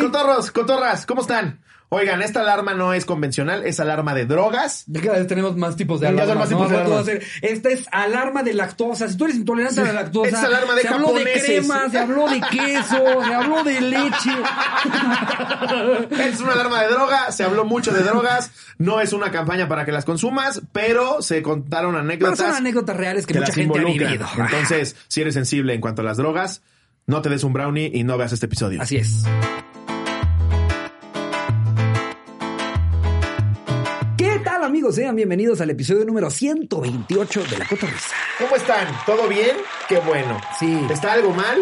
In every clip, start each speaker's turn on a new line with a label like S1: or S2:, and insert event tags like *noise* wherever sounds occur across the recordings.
S1: cotorros, cotorras, ¿cómo están? Oigan, esta alarma no es convencional, es alarma de drogas.
S2: Ya cada vez tenemos más tipos de
S1: Ya son
S2: alarmas.
S1: más
S2: ¿no?
S1: tipos de
S2: Ahora todo
S1: alarmas.
S2: va a ser, esta es alarma de lactosa. Si tú eres intolerante a la lactosa,
S1: Es alarma de
S2: se habló
S1: japoneses.
S2: de crema, se habló de queso, se habló de
S1: *laughs*
S2: leche.
S1: Es una alarma de droga, se habló mucho de drogas, no es una campaña para que las consumas, pero se contaron
S2: Pero
S1: anécdotas
S2: son anécdotas reales que,
S1: que
S2: mucha
S1: las
S2: gente ha
S1: involucran.
S2: vivido. Ah.
S1: Entonces, si eres sensible en cuanto a las drogas, no te des un brownie y no veas este episodio.
S2: Así es. ¿Qué tal, amigos? Sean bienvenidos al episodio número 128 de La Cotorrisa.
S1: ¿Cómo están? ¿Todo bien? Qué bueno.
S2: Sí.
S1: ¿Está algo mal?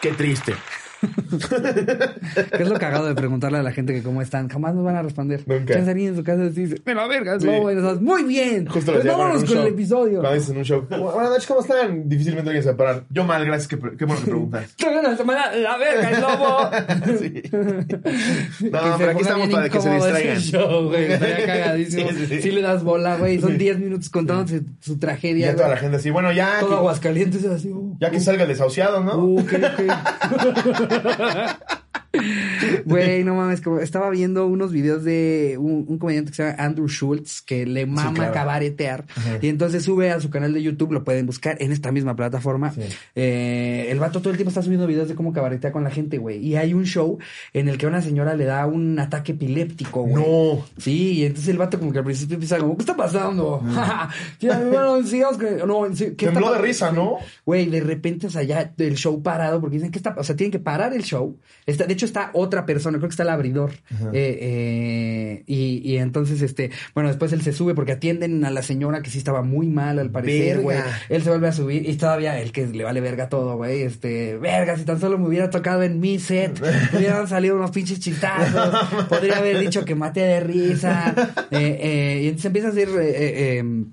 S1: Qué triste.
S2: ¿Qué es lo cagado de preguntarle a la gente que cómo están? Jamás nos van a responder.
S1: Nunca.
S2: Chance alguien en su casa y dice, pero a verga,
S1: Sí.
S2: no, bueno, estás muy bien.
S1: Justo
S2: pues
S1: lo decía
S2: vámonos
S1: cuando
S2: con
S1: en un
S2: el
S1: show.
S2: episodio.
S1: Cuando dices en un show. "Bu- Buenas noches, ¿cómo están? Difícilmente alguien se va a parar. Yo mal, gracias. Qué, qué bueno
S2: *laughs*
S1: que preguntas.
S2: Tuve una semana de la verga, el
S1: *laughs*
S2: lobo. *laughs*
S1: Sí. No,
S2: se
S1: pero aquí
S2: ponga
S1: estamos
S2: bien
S1: para que se
S2: incómodo ese
S1: distraigan.
S2: show, güey. Estaría cagadísimo.
S1: *laughs* Sí,
S2: Si
S1: sí.
S2: le das bola, güey. Son 10 minutos contándote su
S1: Y
S2: tragedia.
S1: ya toda
S2: güey.
S1: la gente así. Bueno, ya,
S2: Todo
S1: que,
S2: Aguascalientes es así. uh,
S1: ya que salga el desahuciado, ¿no?
S2: Uh, qué- qué- *laughs* Güey, no mames, como- estaba viendo unos videos de un, un comediante que se llama Andrew Schultz que le mama
S1: claro.
S2: cabaretear y entonces sube a su canal de YouTube, lo pueden buscar en esta misma plataforma. Eh, el vato todo el tiempo está subiendo videos de cómo cabaretea con la gente, güey. Y hay un show en el que a una señora le da un ataque epiléptico, güey.
S1: No.
S2: Sí, y entonces el vato como que al principio empieza como, ¿qué está pasando? *laughs* Ya, bueno, sigamos con- No, sí, ¿qué está
S1: Tembló de
S2: pa-
S1: risa, ¿no?
S2: Güey, de repente, o sea, ya el show parado, porque dicen que está, o sea, tienen que parar el show. Está, de hecho, está otra persona, creo que está el abridor. Eh, eh, y, y entonces, este, bueno, después él se sube porque atienden a la señora que sí estaba muy mal, al parecer,
S1: Verga.
S2: güey. Él se vuelve a subir y todavía el que le vale verga todo, güey, este, verga, si tan solo me hubiera tocado en mi
S1: *laughs*
S2: set, hubieran salido unos pinches chistazos, podría haber dicho que mate de
S1: *laughs*
S2: risa. Eh, eh, y entonces empieza a hacer... eh, eh, em,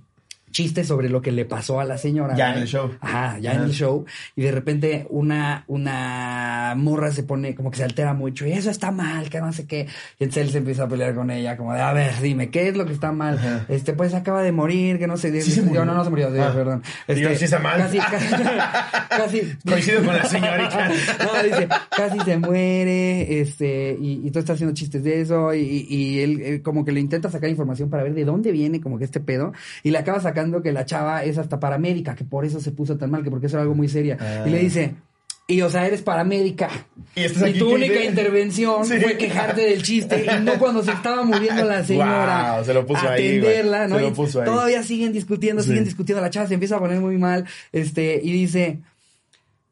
S2: chistes sobre lo que le pasó a la señora. Ah,
S1: Ya
S2: güey.
S1: en el show.
S2: Ajá, ya en el show. Y de repente una, una morra se pone como que se altera mucho. Y eso está mal, que no sé qué. Y entonces él se empieza a pelear con ella, como de, a ver, dime, ¿qué es lo que está mal? Este, pues acaba de morir, que no sé.
S1: se
S2: Digo,
S1: murió?
S2: No, no se murió, sí,
S1: Ah.
S2: perdón. Este,
S1: Digo, sí está mal.
S2: Casi,
S1: *laughs*
S2: casi, casi-
S1: Coincido con
S2: *laughs*
S1: la señorita.
S2: no, dice, casi se muere, este, y, y tú estás haciendo chistes de eso, y, y- y él, eh, como que le intenta sacar información para ver de dónde viene como que este pedo, y le acaba sacando que la chava es hasta paramédica, que por eso se puso tan mal, que porque eso era algo muy seria. Y le dice, y o sea, eres paramédica.
S1: Ah. Y estás aquí,
S2: tu
S1: ¿qué
S2: única
S1: idea?
S2: intervención
S1: Sí.
S2: fue quejarte del chiste, y no cuando se estaba muriendo la señora.
S1: Guau, se lo puso ahí, güey.
S2: atenderla, ¿no?
S1: Se lo
S2: Y
S1: puso ahí.
S2: Todavía siguen discutiendo, siguen discutiendo. La chava se empieza a poner muy mal, este, y dice,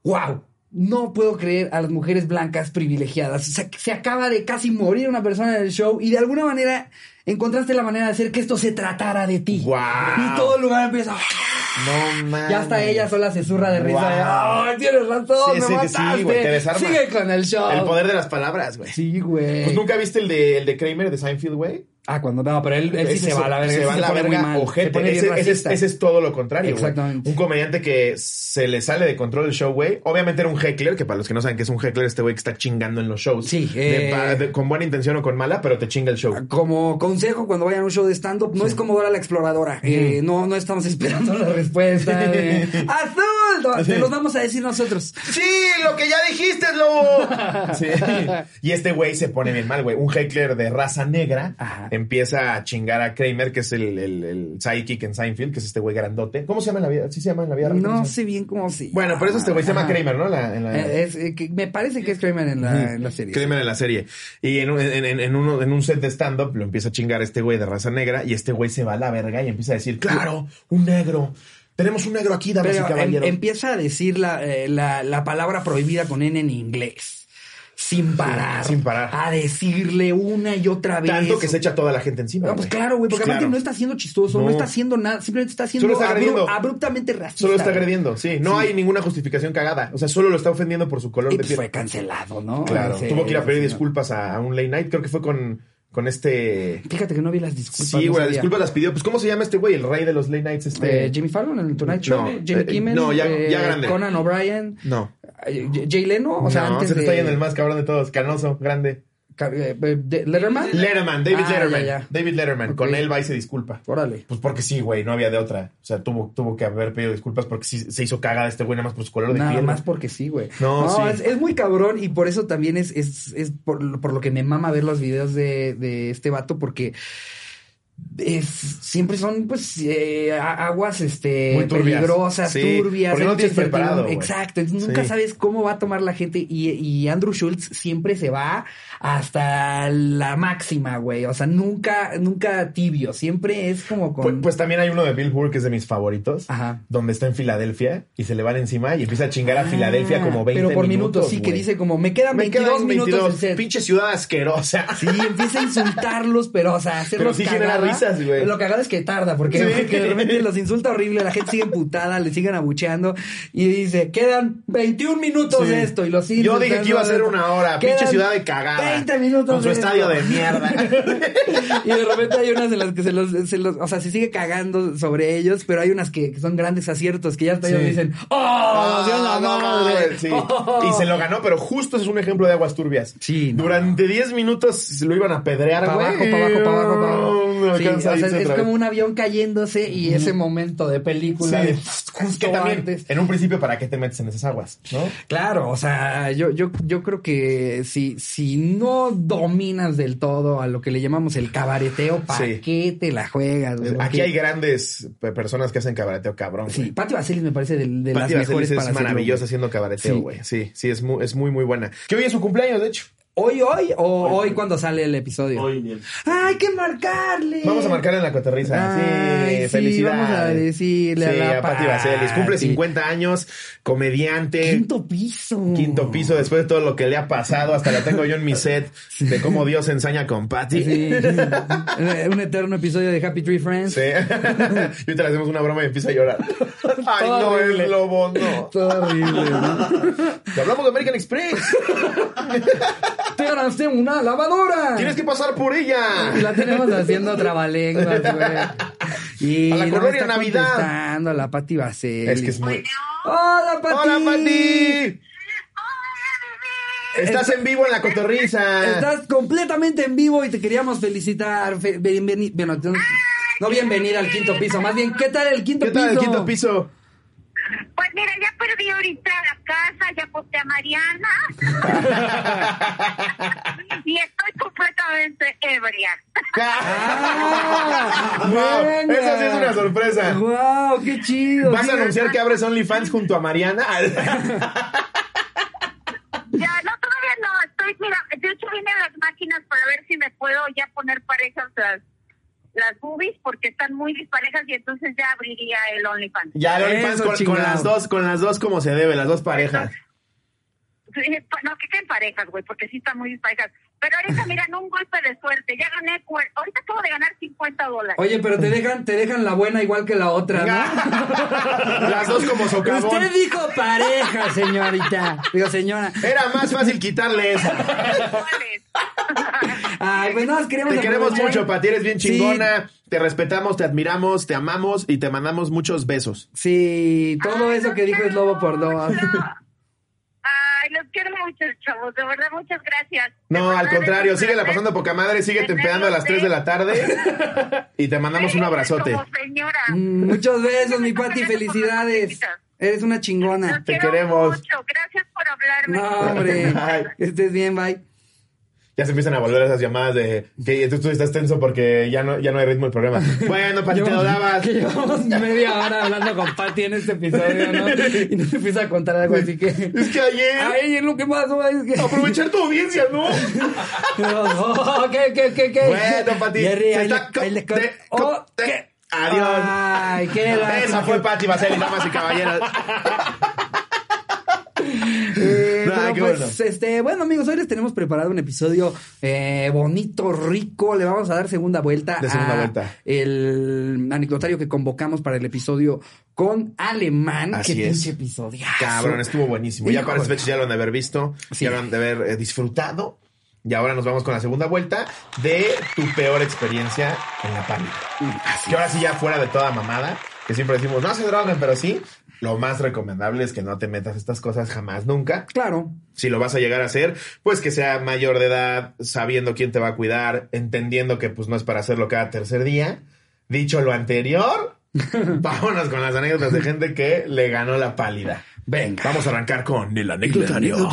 S2: wow, no puedo creer a las mujeres blancas privilegiadas. O sea, que se acaba de casi morir una persona en el show y de alguna manera encontraste la manera de hacer que esto se tratara de ti.
S1: Guau.
S2: Y todo el lugar empieza.
S1: No mames.
S2: Ya hasta ella sola se zurra de risa.
S1: Guau.
S2: de, "Ay, tienes razón, me
S1: Sí, sí, que sí,
S2: mataste.
S1: güey, te desarma.
S2: Sigue con el show.
S1: El poder de las palabras, güey.
S2: Sí, güey.
S1: Pues nunca viste el de, el de Kramer de Seinfeld, güey.
S2: Ah, cuando no, pero él, él sí
S1: Ese
S2: se
S1: es-
S2: va a la verga.
S1: Se
S2: él
S1: va a
S2: sí
S1: la
S2: pone muy
S1: verga
S2: mal, se pone
S1: ojete.
S2: bien
S1: Ese, ese es-
S2: racista.
S1: ese es todo lo contrario. güey.
S2: Exactamente.
S1: Un comediante que se le sale de control el show, güey. Obviamente era un heckler, que para los que no saben que es un heckler, este güey que está chingando en los shows.
S2: Sí,
S1: De
S2: eh.
S1: pa- de- con buena intención o con mala, pero te chinga
S2: *laughs*
S1: el show.
S2: Como consejo cuando vayan a un show de stand-up, no es como Dora la Exploradora. Eh, no, no estamos *laughs* esperando la respuesta. de, ¡Azul! No, te los vamos a decir nosotros.
S1: ¡Sí! ¡Lo que ya dijiste, lobo! *laughs* Sí. Y este güey se pone bien mal, güey. Un heckler de raza negra
S2: Ajá.
S1: empieza a chingar a Kramer, que es el, el, el psychic en Seinfeld, que es este güey grandote. ¿Cómo se llama en la vida? ¿Sí se llama en la vida? real?
S2: No
S1: ¿Cómo se llama?
S2: sé bien cómo se.
S1: Bueno, pero eso este güey se llama
S2: Ajá.
S1: Kramer, ¿no? La- en la-
S2: Eh, es, eh, que me parece que es Kramer en la, Ah, en la serie.
S1: Créeme Mm. en la serie. Y en un, en, en- en uno, en un set de stand-up lo empieza a chingar este güey de raza negra y este güey se va a la verga y empieza a decir, claro, un negro. Tenemos un negro aquí, damas y
S2: Pero em-
S1: caballeros.
S2: empieza a decir la, eh, la, la palabra prohibida con N en inglés. Sin parar.
S1: sin parar.
S2: A decirle una y otra vez.
S1: Tanto que se echa toda la gente encima.
S2: No, pues claro, güey, porque
S1: Claro.
S2: aparte no está siendo chistoso, no,
S1: No.
S2: está haciendo nada, simplemente está haciendo
S1: Solo está
S2: abru-
S1: agrediendo.
S2: abruptamente racista.
S1: Solo está
S2: güey.
S1: agrediendo, sí. No hay ninguna justificación cagada. O sea, solo lo está ofendiendo por su color
S2: Y
S1: de
S2: pues
S1: piel.
S2: fue cancelado, ¿no?
S1: Claro.
S2: Sí,
S1: Tuvo que ir a pedir
S2: sí, no.
S1: disculpas a, a un late night. Creo que fue con, con este.
S2: Fíjate que no vi las disculpas.
S1: Sí,
S2: no
S1: güey, las
S2: sabía.
S1: disculpas las pidió. Pues, ¿cómo se llama este güey? El rey de los late nights, este.
S2: Eh, Jimmy Fallon en el Tonight Show,
S1: No,
S2: Jimmy
S1: eh,
S2: Kimmel,
S1: no, ya-
S2: eh,
S1: ya grande.
S2: Conan O'Brien,
S1: No.
S2: eh, Jay Leno, o sea,
S1: no,
S2: antes
S1: se te
S2: de...
S1: está yendo el más cabrón de todos. Canoso, grande.
S2: Car- eh, eh, de- Letterman.
S1: Letterman, David
S2: Ah,
S1: Letterman.
S2: ya, ya.
S1: David Letterman.
S2: Ok.
S1: Con él va y se disculpa.
S2: Órale.
S1: Pues porque sí, güey, no había de otra. O sea, tuvo, tuvo que haber pedido disculpas porque sí se hizo cagada este güey nada más por su color de
S2: Nada
S1: piel.
S2: más porque sí, güey.
S1: No, sí.
S2: es, es muy cabrón y por eso también es, es, es por, por lo que me mama ver los videos de, de este vato porque es, siempre son pues eh, a- aguas este
S1: Muy turbias.
S2: peligrosas,
S1: Sí,
S2: turbias.
S1: porque no
S2: mucha
S1: tienes preparado,
S2: incertidumbre.
S1: güey.
S2: Exacto, entonces nunca
S1: Sí.
S2: sabes cómo va a tomar la gente y, y Andrew Schultz siempre se va hasta la máxima, güey. O sea, nunca, nunca tibio, siempre es como con...
S1: Pues, pues también hay uno de Bill Burr que es de mis favoritos.
S2: Ajá.
S1: Donde está en Filadelfia y se le van encima y empieza a chingar a Filadelfia como 20
S2: Ah, Pero por
S1: minutos.
S2: sí, que
S1: güey.
S2: dice como, me quedan
S1: Me
S2: 22
S1: quedan
S2: minutos
S1: 22.
S2: del set.
S1: Pinche ciudad asquerosa.
S2: Sí, empieza a insultarlos, pero, o sea, hacerlos
S1: sí genera
S2: cagada.
S1: risas, güey.
S2: Lo cagado es *laughs* que tarda, porque
S1: Sí.
S2: porque de repente los insulta horrible, la gente sigue emputada, le siguen abucheando, y dice, quedan 21 minutos
S1: Sí.
S2: de esto, y lo siguen
S1: Yo dije
S2: insultando
S1: que iba a ser
S2: de esto.
S1: una hora. Pinche
S2: Quedan
S1: ciudad de cagada.
S2: 20 minutos
S1: Con su
S2: de
S1: estadio
S2: esto.
S1: de mierda.
S2: *laughs* Y de repente hay unas en las que se los, se los- o sea, se sigue cagando sobre ellos, pero hay unas que, que son grandes aciertos, que ya hasta ellos
S1: Sí.
S2: dicen, ¡Oh, Dios la
S1: Ah, no
S2: madre!
S1: mames, sí.
S2: *laughs* ¡Oh!
S1: Y se lo ganó, pero justo ese es un ejemplo de aguas turbias.
S2: Sí, no.
S1: Durante 10 minutos se lo iban a pedrear,
S2: para
S1: güey.
S2: abajo, para abajo, para abajo, para abajo.
S1: No, no
S2: Sí,
S1: alcanza a
S2: o sea,
S1: irse
S2: es
S1: otra
S2: como
S1: vez.
S2: un avión cayéndose y ese momento de película
S1: Sí.
S2: de *laughs*
S1: Es
S2: justo
S1: que también,
S2: antes.
S1: en un principio, ¿para qué te metes en esas aguas? ¿No?
S2: Claro, o sea, yo, yo, yo creo que si, si no dominas del todo a lo que le llamamos el cabareteo, ¿para
S1: Sí.
S2: qué te la juegas? güey?
S1: Aquí
S2: Porque-
S1: hay grandes pe- personas que hacen cabareteo cabrón.
S2: Pues Sí,
S1: güey.
S2: Patio Baselis me parece de, de
S1: Patti
S2: las
S1: Vaselis
S2: mejores para
S1: es
S2: hacerlo,
S1: maravillosa
S2: güey.
S1: haciendo cabareteo,
S2: Sí.
S1: güey. Sí, sí, es muy, es muy, muy buena. Que hoy es su cumpleaños, de hecho.
S2: ¿Hoy, hoy o hoy, cuando sale el episodio?
S3: Hoy bien.
S2: ¡Hay que marcarle!
S1: Vamos a marcar en la coterriza.
S2: Ay,
S1: Sí,
S2: sí,
S1: felicidades.
S2: vamos a decirle a
S1: Sí,
S2: la
S1: a Patti Vaselis. Cumple
S2: Patti.
S1: 50 años, comediante.
S2: Quinto piso.
S1: eh, Quinto piso, después de todo lo que le ha pasado, hasta la tengo yo en mi set de cómo Dios ensaña con Patty. Sí.
S2: Sí.
S1: *laughs*
S2: *laughs* Eh, un eterno episodio de Happy Tree Friends.
S1: y ahorita le hacemos una broma y empieza a
S2: *laughs*
S1: llorar. Ay, no,
S2: Horrible.
S1: el lobo, no.
S2: Está horrible, ¿no?
S1: Te hablamos de
S2: *laughs*
S1: American Express.
S2: ¡Te ganaste una lavadora!
S1: Tienes que pasar por
S2: Y
S1: ella.
S2: La tenemos haciendo trabalenguas, güey. Y
S1: A la
S2: no me
S1: colonia
S2: está
S1: Navidad.
S2: contestando la Pati Baselis.
S1: Es que es muy.
S2: ¡Hola, Pati!
S1: ¡Hola, Patty! Estás en vivo en la cotorriza.
S2: Estás completamente en vivo y te queríamos felicitar. Fe- bienveni- bueno, no- no bienvenida al quinto piso. Más bien, ¿qué tal el quinto
S1: ¿Qué
S2: piso?
S1: tal el quinto piso?
S4: Pues mira, ya perdí ahorita la casa, ya puse a Mariana. y estoy completamente ebria. *laughs*
S2: ¡Ah!
S1: *laughs* Wow,
S2: venga.
S1: esa sí es una sorpresa.
S2: ¡Guau! ¡Qué chido!
S1: ¿Vas
S2: Sí,
S1: a anunciar que abres OnlyFans junto a Mariana? *laughs*
S4: Ya, no, todavía no. Estoy, mira, de hecho vine a las máquinas para ver si me puedo ya poner parejas las, las boobies porque están muy disparejas y entonces ya abriría el OnlyFans.
S1: Ya, el OnlyFans
S2: Eso,
S1: con, con
S2: chingado.
S1: las dos, con las dos como se debe, las dos parejas.
S4: Sí, pa- "Pues, No, que queden parejas, güey, porque sí están muy disparejas. Pero ahorita, mira, no un golpe de suerte. Ya gané, cuer- ahorita acabo de ganar 50 dólares.
S2: Oye, pero
S1: *laughs*
S2: te dejan, te dejan la buena igual que la otra,
S1: Ah,
S2: ¿no?
S1: Las dos como socavón.
S2: Usted dijo pareja, señorita. Digo, señora.
S1: Era más fácil quitarle esa.
S4: ¿Cuáles?
S2: Ay, pues nada, más queremos
S1: Te queremos
S2: aprovechar.
S1: mucho, Pati, eres bien
S2: Sí.
S1: chingona. Te respetamos, te admiramos, te amamos y te mandamos muchos besos.
S2: Sí, todo
S4: Ay,
S2: eso
S4: los
S2: que dijo es
S4: quiero
S2: lobo por dos.
S4: mucho. Ay, los quiero mucho, chavos. De verdad, muchas gracias. De
S1: No,
S4: verdad,
S1: al
S4: es un
S1: contrario,
S4: placer
S1: síguela pasando poca madre, síguete empedando a las 3 de la tarde y te mandamos un
S4: verte
S1: abrazote.
S4: Como señora.
S2: Mm, Muchos besos, mi Pati, felicidades. Eres una chingona.
S4: Los
S1: Te
S4: quiero
S1: queremos.
S4: Mucho. Gracias por hablarme.
S2: No, hombre.
S1: *laughs* Ay.
S2: Que estés bien, bye.
S1: Ya se empiezan a volver esas llamadas de que tú, tú estás tenso porque ya no, ya no hay ritmo el programa. Bueno, Pati, te lo dabas.
S2: que llevamos media hora hablando con Pati en este episodio, ¿no? Y nos empieza a contar algo así que.
S1: Es que ayer
S2: Ay, es lo que pasó, es que.
S1: aprovechar tu audiencia, ¿no?
S2: *laughs* No, ¿Qué, qué, qué, qué?
S1: Bueno, Pati.
S2: Jerry,
S1: se
S2: ahí
S1: está
S2: le- ahí le-
S1: co- te- co-
S2: Oh,
S1: te-
S2: ¿qué?
S1: Adiós.
S2: Ay, qué
S1: Esa
S2: lástima
S1: fue
S2: que-
S1: Pati Baseli, damas y caballeros.
S2: Eh,
S1: Ay,
S2: no,
S1: qué
S2: pues,
S1: bueno.
S2: este, bueno, amigos, hoy les tenemos preparado un episodio eh, bonito, rico. Le vamos a dar segunda vuelta.
S1: De segunda
S2: a
S1: vuelta.
S2: El anecdotario que convocamos para el episodio con Alemán.
S1: Así
S2: Qué
S1: es.
S2: pinche episodio.
S1: Cabrón, estuvo buenísimo. Ya para
S2: Híjole.
S1: esas fechas ya lo han de haber visto,
S2: Sí.
S1: ya lo han de haber eh, disfrutado. Y ahora nos vamos con la segunda vuelta de tu peor experiencia en la pálida. Que ahora sí ya fuera de toda mamada, que siempre decimos, no se droguen, pero sí, Lo más recomendable es que no te metas estas cosas jamás, nunca.
S2: Claro,
S1: Si lo vas a llegar a hacer, pues que sea mayor de edad, sabiendo quién te va a cuidar, entendiendo que pues no es para hacerlo cada tercer día. Dicho
S2: *laughs*
S1: lo anterior, vámonos con las anécdotas de gente que le ganó la pálida.
S2: venga.
S1: Vamos a arrancar con el anecdotario.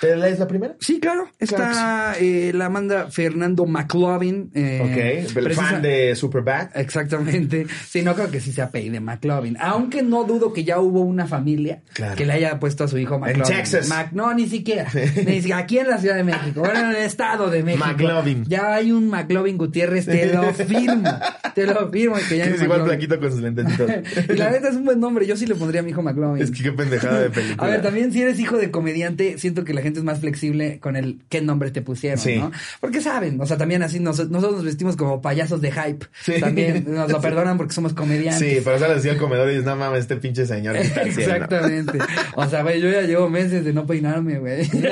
S1: ¿Te lees la primera?
S2: Sí, claro. Está eh, la manda Fernando McLovin. eh,
S1: ok, el
S2: precisa- Eh,
S1: fan de Superbad.
S2: Exactamente. Sí, no creo que sí sea apellide de McLovin. Aunque no dudo que ya hubo una familia
S1: Claro.
S2: que le haya puesto a su hijo McLovin.
S1: Texas.
S2: Mac- no, ni siquiera. *laughs* Ni siquiera. Aquí en la Ciudad de México. Bueno, en el Estado de México.
S1: McLovin.
S2: Ya hay un McLovin Gutiérrez, te
S1: *laughs*
S2: lo firmo. Te lo firmo. Que ya
S1: Que
S2: hay
S1: es
S2: un
S1: igual
S2: McLovin.
S1: plaquito con sus lentecitos.
S2: *laughs* Y la neta es un buen nombre. Yo sí le pondría a mi hijo McLovin.
S1: es que qué pendejada de película.
S2: A
S1: *laughs*
S2: ver, también si eres hijo de comediante, siento que la gente es más flexible con el qué nombre te pusieron,
S1: Sí.
S2: ¿no? Porque saben, o sea, también así nos- nosotros nos vestimos como payasos de hype.
S1: Sí. *laughs*
S2: También nos lo perdonan porque somos comediantes. *laughs*
S1: Sí, pero sales así al comedor y dices, no mames, este pinche señor. ¿qué está haciendo?"
S2: Exactamente. O sea, güey, yo ya llevo meses de no peinarme,
S1: *laughs*
S2: güey. Yo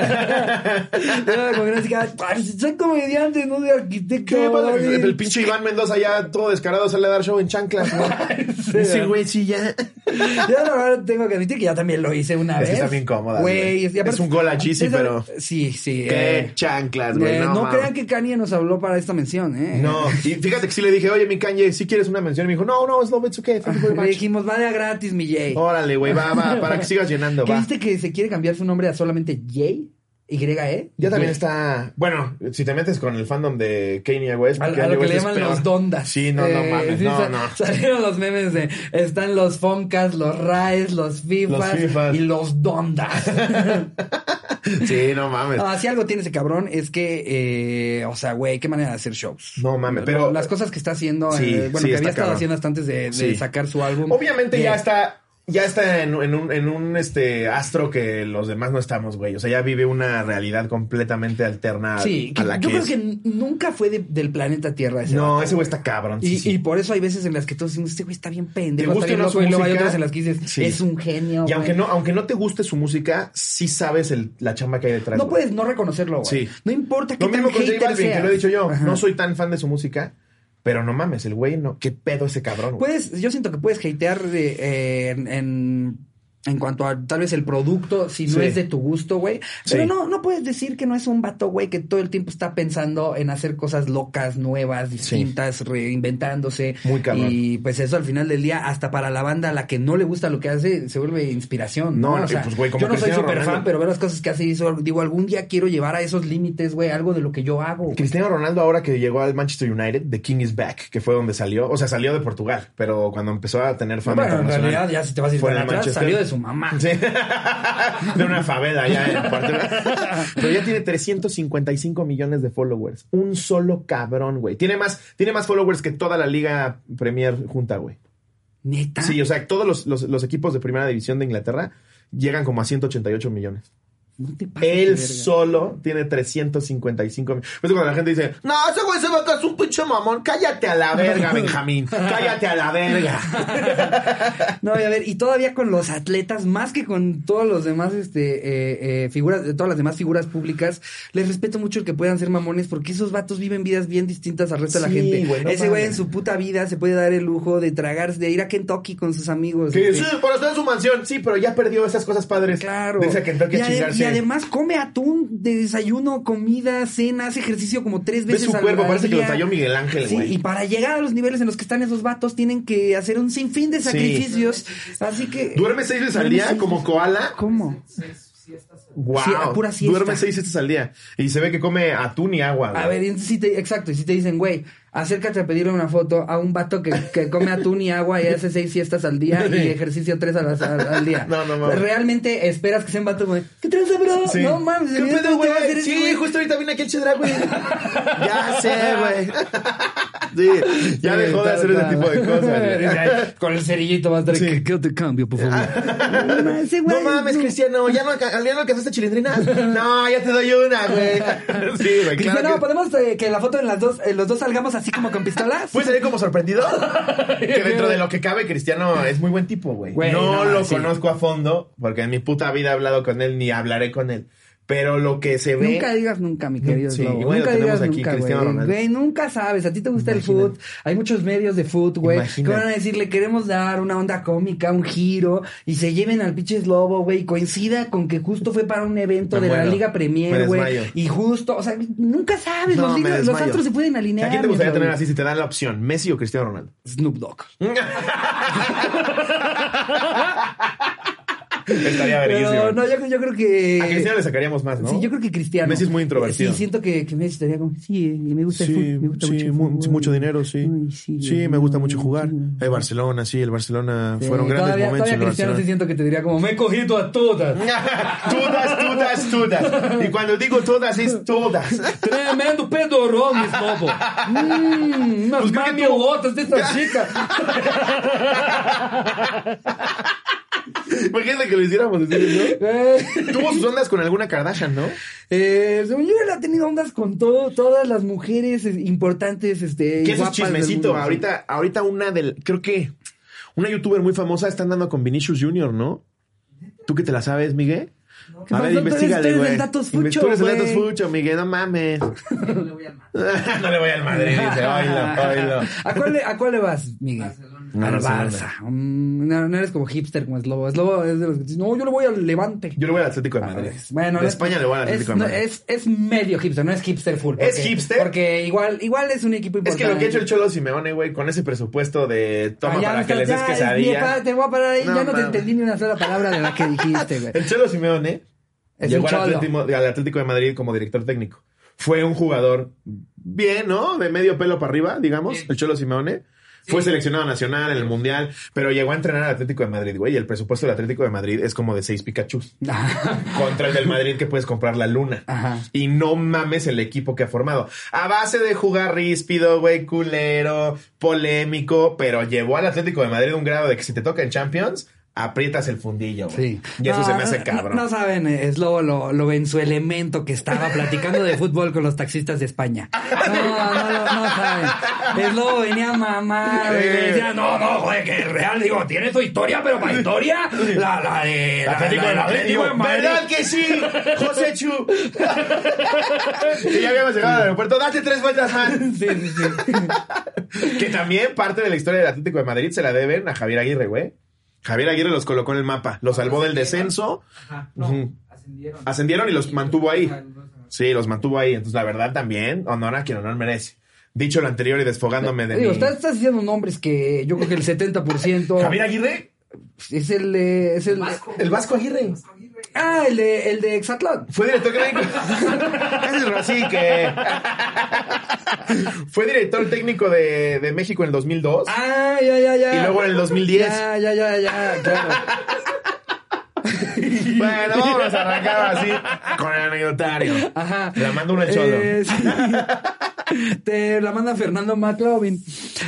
S2: era como que no sé qué, "Ay, soy comediante, no de arquitecto.
S1: ¿Qué pasa?
S2: güey".
S1: El pinche Iván Mendoza ya todo descarado sale a dar show en chanclas, güey. Ese güey *laughs* sí ya.
S2: Yo la verdad tengo que admitir que ya también lo hice una
S1: Es
S2: vez.
S1: que están bien cómodas,
S2: Güey,
S1: güey.
S2: y aparte-
S1: Es un gol a Yeezy,
S2: esa-
S1: pero-
S2: Sí, sí.
S1: Qué
S2: eh.
S1: chanclas, güey.
S2: Eh,
S1: no,
S2: no
S1: mames.
S2: crean que Kanye nos habló para esta mención, ¿eh?
S1: No, y fíjate que sí le dije, oye, mi Kanye, si quieres una mención, Y me dijo, no, no, it's, no, it's okay, thank you very
S2: Le
S1: much.
S2: dijimos, va de a gratis, mi Jay.
S1: Órale, güey, va, va, para *laughs* que este- sigas llenando,
S2: ¿Qué
S1: va.
S2: viste que se quiere cambiar su nombre a solamente Jay? ¿Y-E?
S1: Ya también
S2: Jay.
S1: está. Bueno, si te metes con el fandom de Kanye West,
S2: A, a
S1: Kanye
S2: lo que
S1: West
S2: le
S1: es
S2: llaman
S1: peor.
S2: los dondas.
S1: Sí, no, no
S2: Eh,
S1: mames,
S2: sí,
S1: no,
S2: sa-
S1: no.
S2: Salieron los memes de están los Fomcas, los Raes, los Fifas,
S1: Fifas.
S2: y los dondas.
S1: *laughs* Sí, no mames.
S2: Ah, si algo tiene ese cabrón es que, eh, o sea, güey, qué manera de hacer shows.
S1: No mames,
S2: Lo-
S1: pero-
S2: Las cosas que está haciendo,
S1: Sí,
S2: eh, bueno,
S1: sí,
S2: que había
S1: está
S2: estado
S1: cabrón.
S2: haciendo hasta antes de, de
S1: Sí.
S2: sacar su álbum.
S1: Obviamente ya
S2: Eh,
S1: está, ya está en, en un, en un, este astro que los demás no estamos, güey. O sea, ya vive una realidad completamente alterna
S2: Sí,
S1: a
S2: que
S1: la
S2: yo
S1: que,
S2: creo
S1: es.
S2: que n- nunca fue de- del planeta Tierra ese
S1: No,
S2: vato,
S1: ese güey
S2: güey.
S1: está cabrón.
S2: Y,
S1: sí, sí.
S2: y por eso hay veces en las que todos decimos, este güey está bien
S1: Te
S2: pendejo, está
S1: gusta
S2: bien
S1: o no
S2: loco",
S1: su
S2: y luego hay
S1: música,
S2: otras en las que dices,
S1: sí.
S2: es un genio,
S1: Y
S2: güey".
S1: aunque no, aunque no te guste su música, sí sabes el- la chamba que hay detrás.
S2: No
S1: güey.
S2: puedes no reconocerlo, güey.
S1: Sí.
S2: No importa qué
S1: Lo mismo
S2: tan
S1: con J
S2: hater
S1: Balvin, que
S2: seas.
S1: lo he dicho yo.
S2: Ajá.
S1: No soy tan fan de su música, pero no mames, el güey no. ¿Qué pedo ese cabrón? güey?
S2: Puedes, yo siento que puedes hatear de, eh, en, en, en cuanto a tal vez el producto, si no
S1: Sí.
S2: es de tu gusto, güey. Pero
S1: Sí.
S2: no, no puedes decir que no es un vato, güey, que todo el tiempo está pensando en hacer cosas locas, nuevas, distintas, reinventándose.
S1: Muy cabrón.
S2: Y pues eso al final del día, hasta para la banda a la que no le gusta lo que hace, se vuelve inspiración. No,
S1: No,
S2: O
S1: no,
S2: sea,
S1: pues, güey, como
S2: yo no soy
S1: Cristiano
S2: súper fan,
S1: Ronaldo.
S2: pero veo las cosas que hace y eso, digo, algún día quiero llevar a esos límites, güey, algo de lo que yo hago. güey.
S1: Cristiano Ronaldo, ahora que llegó al Manchester United, The King is Back, que fue donde salió, o sea, salió de Portugal, pero cuando empezó a tener fama
S2: Bueno, en
S1: internacional,
S2: realidad, ya si te vas a ir
S1: fue
S2: para
S1: en el
S2: atrás,
S1: Manchester.
S2: salió de su mamá.
S1: Sí. *laughs* de una favela ya en Portugal. Pero ya tiene 355 millones de followers. Un solo cabrón, güey. Tiene más, tiene más followers que toda la Liga Premier junta, güey.
S2: Neta.
S1: Sí, o sea, todos los, los- los equipos de primera división de Inglaterra llegan como a 188 millones.
S2: No te pases de
S1: Él
S2: verga.
S1: solo tiene 355 millones. Por eso Pues cuando la gente dice, no, ese güey se va a es un pinche mamón, cállate a la
S2: *laughs*
S1: verga, Benjamín. Cállate a la verga.
S2: *laughs* No, y a ver, y todavía con los atletas, más que con todos los demás, este, eh, eh, figuras, todas las demás figuras públicas, les respeto mucho el que puedan ser mamones, porque esos vatos viven vidas bien distintas al resto de la
S1: Sí,
S2: gente.
S1: güey, no
S2: Ese güey
S1: mames.
S2: en su puta vida se puede dar el lujo de tragarse, de ir a Kentucky con sus amigos.
S1: Que
S2: este.
S1: sí, pero está en su mansión, sí, pero ya perdió esas cosas padres.
S2: Claro.
S1: Dice a Kentucky
S2: y,
S1: a
S2: ade- y
S1: chingarse.
S2: además come atún de desayuno, comida, cena, hace ejercicio como tres
S1: Ve
S2: veces.
S1: su
S2: al
S1: cuerpo, parece que
S2: día.
S1: lo talló Miguel Ángel,
S2: Sí,
S1: güey.
S2: y para llegar a los niveles en los que están esos vatos tienen que hacer un sinfín de sacrificios. Así que...
S1: Duerme seis veces al
S2: Duerme
S1: día
S2: seis
S1: como koala.
S2: ¿Cómo?
S1: Wow.
S2: Sí, a pura siesta.
S1: Duerme seis veces al día. Y se ve que come atún y agua.
S2: A
S1: güey.
S2: ver, y si te, exacto, y si te dicen, güey, acércate a pedirle una foto a un vato que, que come atún y agua y hace seis siestas al día y ejercicio tres a las- al, al día.
S1: *laughs* No, no mames.
S2: Realmente esperas que sea un vato, güey, ¿qué tranza, bro?
S1: Sí.
S2: No mames,
S1: ¿Qué pedo,
S2: evidentemente
S1: güey?
S2: va a hacer eso,
S1: Sí,
S2: güey.
S1: justo ahorita viene aquí el chedra,
S2: *laughs*
S1: güey. ya sé, güey. Sí, *laughs* ya
S2: Sí,
S1: dejó de
S2: está-
S1: hacer ese
S2: está-
S1: tipo
S2: *laughs*
S1: de cosas. güey.
S2: Con el cerillito va a estar.
S1: Sí.
S2: ¿Qué, qué te cambio, por favor?
S1: *laughs*
S2: No, ese
S1: No
S2: güey,
S1: mames,
S2: no.
S1: Cristiano, ¿ya no, alca- ya no alcanzaste
S2: *laughs*
S1: chilindrina? No, ya te doy una, güey. Sí, güey,
S2: Cristiano,
S1: claro que-
S2: ¿podemos eh, que la foto en las dos, eh, los dos salgamos así como con pistolas?
S1: ¿Puedes salir Pues como *laughs* sorprendido? que dentro de lo que cabe, Cristiano es muy buen tipo, güey.
S2: Güey,
S1: No
S2: no,
S1: lo
S2: sí.
S1: conozco a fondo, porque en mi puta vida he hablado con él, ni hablaré con él. Pero lo que se ve.
S2: Nunca digas nunca, mi querido
S1: Sí,
S2: Slobo.
S1: igual lo
S2: nunca
S1: tenemos
S2: digas
S1: aquí,
S2: nunca,
S1: Cristiano
S2: güey.
S1: Ronaldo.
S2: Güey, nunca sabes. A ti te gusta el
S1: Imagínate.
S2: food. Hay muchos medios de food, güey. Que
S1: Imagínate.
S2: van a decir, le queremos dar una onda cómica, un giro. Y se lleven al pinche Slobo, güey. Coincida con que justo fue para un evento
S1: Me
S2: de la
S1: muero.
S2: Liga
S1: Me
S2: Premier, güey.
S1: desmayo.
S2: Y justo, o sea, nunca sabes.
S1: No,
S2: los,
S1: me
S2: libros- los
S1: desmayo.
S2: astros se pueden alinear.
S1: ¿A quién te gustaría
S2: mi
S1: tener
S2: Slobo.
S1: así si te dan la opción? ¿Messi o Cristiano *laughs* Ronaldo?
S2: Snoop Dogg.
S1: Estaría
S2: Pero,
S1: verguísimo.
S2: no, yo, yo creo que.
S1: a Cristiano le sacaríamos más, ¿no?
S2: Sí, yo creo que Cristiano. Eh,
S1: Messi es muy introvertido.
S2: Sí, siento que, que Messi estaría como, sí, eh, me gusta el fútbol, me gusta mucho el
S1: mu-
S2: fútbol.
S1: dinero, sí.
S2: Ay, sí, eh, no, sí.
S1: El Barcelona, sí, el Barcelona
S2: Sí, todavía, Todavía Cristiano sí siento que te diría como, me he cogido a todas.
S1: *laughs* todas, todas, todas. Y cuando digo todas, es todas. *laughs*
S2: Tremendo pedorón, mis lobo. Mmm, unas
S1: Pues creo que
S2: mamiotas de esta chica.
S1: *laughs* Imagínate que lo hiciéramos así,
S2: Eh,
S1: ¿no? Tuvo sus ondas con alguna Kardashian, ¿no?
S2: eh, según yo, él ha tenido ondas con todo, todas las mujeres eh, importantes, este,
S1: Que
S2: y
S1: eso es
S2: guapas del
S1: chismecito.
S2: mundo, sí.
S1: ahorita, ahorita una del. Creo que una youtuber muy famosa está andando con Vinicius Jr., ¿no? ¿Tú que te la sabes, Miguel?
S2: ¿Qué pasó? Tú eres- tú eres del datos fucho,
S1: Inves- Tú eres el
S2: güey.
S1: datos fucho, Miguel, no mames. *laughs* no le voy al
S2: *laughs*
S1: Madrid, dice, oilo, oilo.
S2: ¿A cuál, le, ¿A cuál le vas, Miguel? Al
S1: Barcelona.
S2: Barça. Mm, no, no eres como hipster como es Lobo. Es Lobo es de los que dicen, no, yo le voy al Levante. Ah, pues,
S1: Yo le voy al Atlético de Madrid.
S2: Bueno,
S1: de
S2: no es-
S1: España le voy al Atlético
S2: es,
S1: de
S2: no,
S1: Madrid. es,
S2: es, es medio hipster, no es hipster full.
S1: ¿Es hipster?
S2: Porque igual, igual es un equipo importante.
S1: que lo que ha hecho el Cholo Simeone, güey, con ese presupuesto de toma
S2: Ah, ya
S1: para
S2: no
S1: que
S2: estás-
S1: les des
S2: ya,
S1: quesadilla.
S2: mi papá, te voy a parar ahí.
S1: No,
S2: ya no te
S1: mames.
S2: entendí ni una sola palabra de la que dijiste,
S1: *laughs*
S2: güey.
S1: El Cholo Simeone
S2: Es
S1: llegó
S2: un
S1: al
S2: cholo.
S1: Atlético, al Atlético de Madrid como director técnico. Fue un jugador bien, ¿no? De medio pelo para arriba, digamos, el Cholo Simeone. Fue seleccionado nacional en el Mundial, pero llegó a entrenar al Atlético de Madrid, güey. Y el presupuesto del Atlético de Madrid es como de seis Pikachus. Contra el del Madrid que puedes comprar la luna.
S2: *laughs* Ajá.
S1: Y no mames el equipo que ha formado. A base de jugar ríspido, güey, culero, polémico, pero llevó al Atlético de Madrid un grado de que si te toca en Champions, aprietas el fundillo, güey.
S2: Sí.
S1: Y eso
S2: No,
S1: se me hace
S2: no,
S1: cabrón.
S2: No, saben, es lo, lo, lo en su elemento que estaba platicando de fútbol con los taxistas de España. No, no, no, no saben. Es lo venía a mamar. güey,
S1: Sí.
S2: decía, no, no, güey, que real, digo, tiene su historia, pero para historia, la, la de. La,
S1: Atlético de
S2: la-
S1: Madrid,
S2: Atlético de
S1: digo,
S2: Madrid.
S1: ¿Verdad que sí? José Chu. y ya habíamos llegado al aeropuerto. Date tres vueltas más.
S2: Sí, sí, sí.
S1: Que también parte de la historia del Atlético de Madrid se la deben a Javier Aguirre, güey. Javier Aguirre los colocó en el mapa, los salvó del descenso,
S3: Ajá, no,
S1: Ujú.
S3: ascendieron.
S1: ascendieron y los mantuvo ahí.
S3: Ajá, los-
S1: Sí, los mantuvo ahí. Entonces, la verdad también, honor a quien honor merece. Dicho lo anterior y desfogándome de
S2: Digo,
S1: mi...
S2: estás, estás diciendo nombres que yo creo que el 70%
S1: Javier Aguirre,
S2: es el de. Es el,
S1: el Vasco Aguirre.
S2: Ah, el de, el de Exatlón.
S1: Fue director técnico. *laughs* Ese es Rosique. Fue director técnico de, de México en el 2002
S2: Ah, ya, ya, ya.
S1: y luego en el 2010.
S2: Ya, ya, ya, ya, claro.
S1: *laughs* Bueno, vamos a arrancar así con el anecdotario.
S2: Ajá.
S1: La manda uno el cholo.
S2: Eh, sí. Te la manda Fernando McLovin.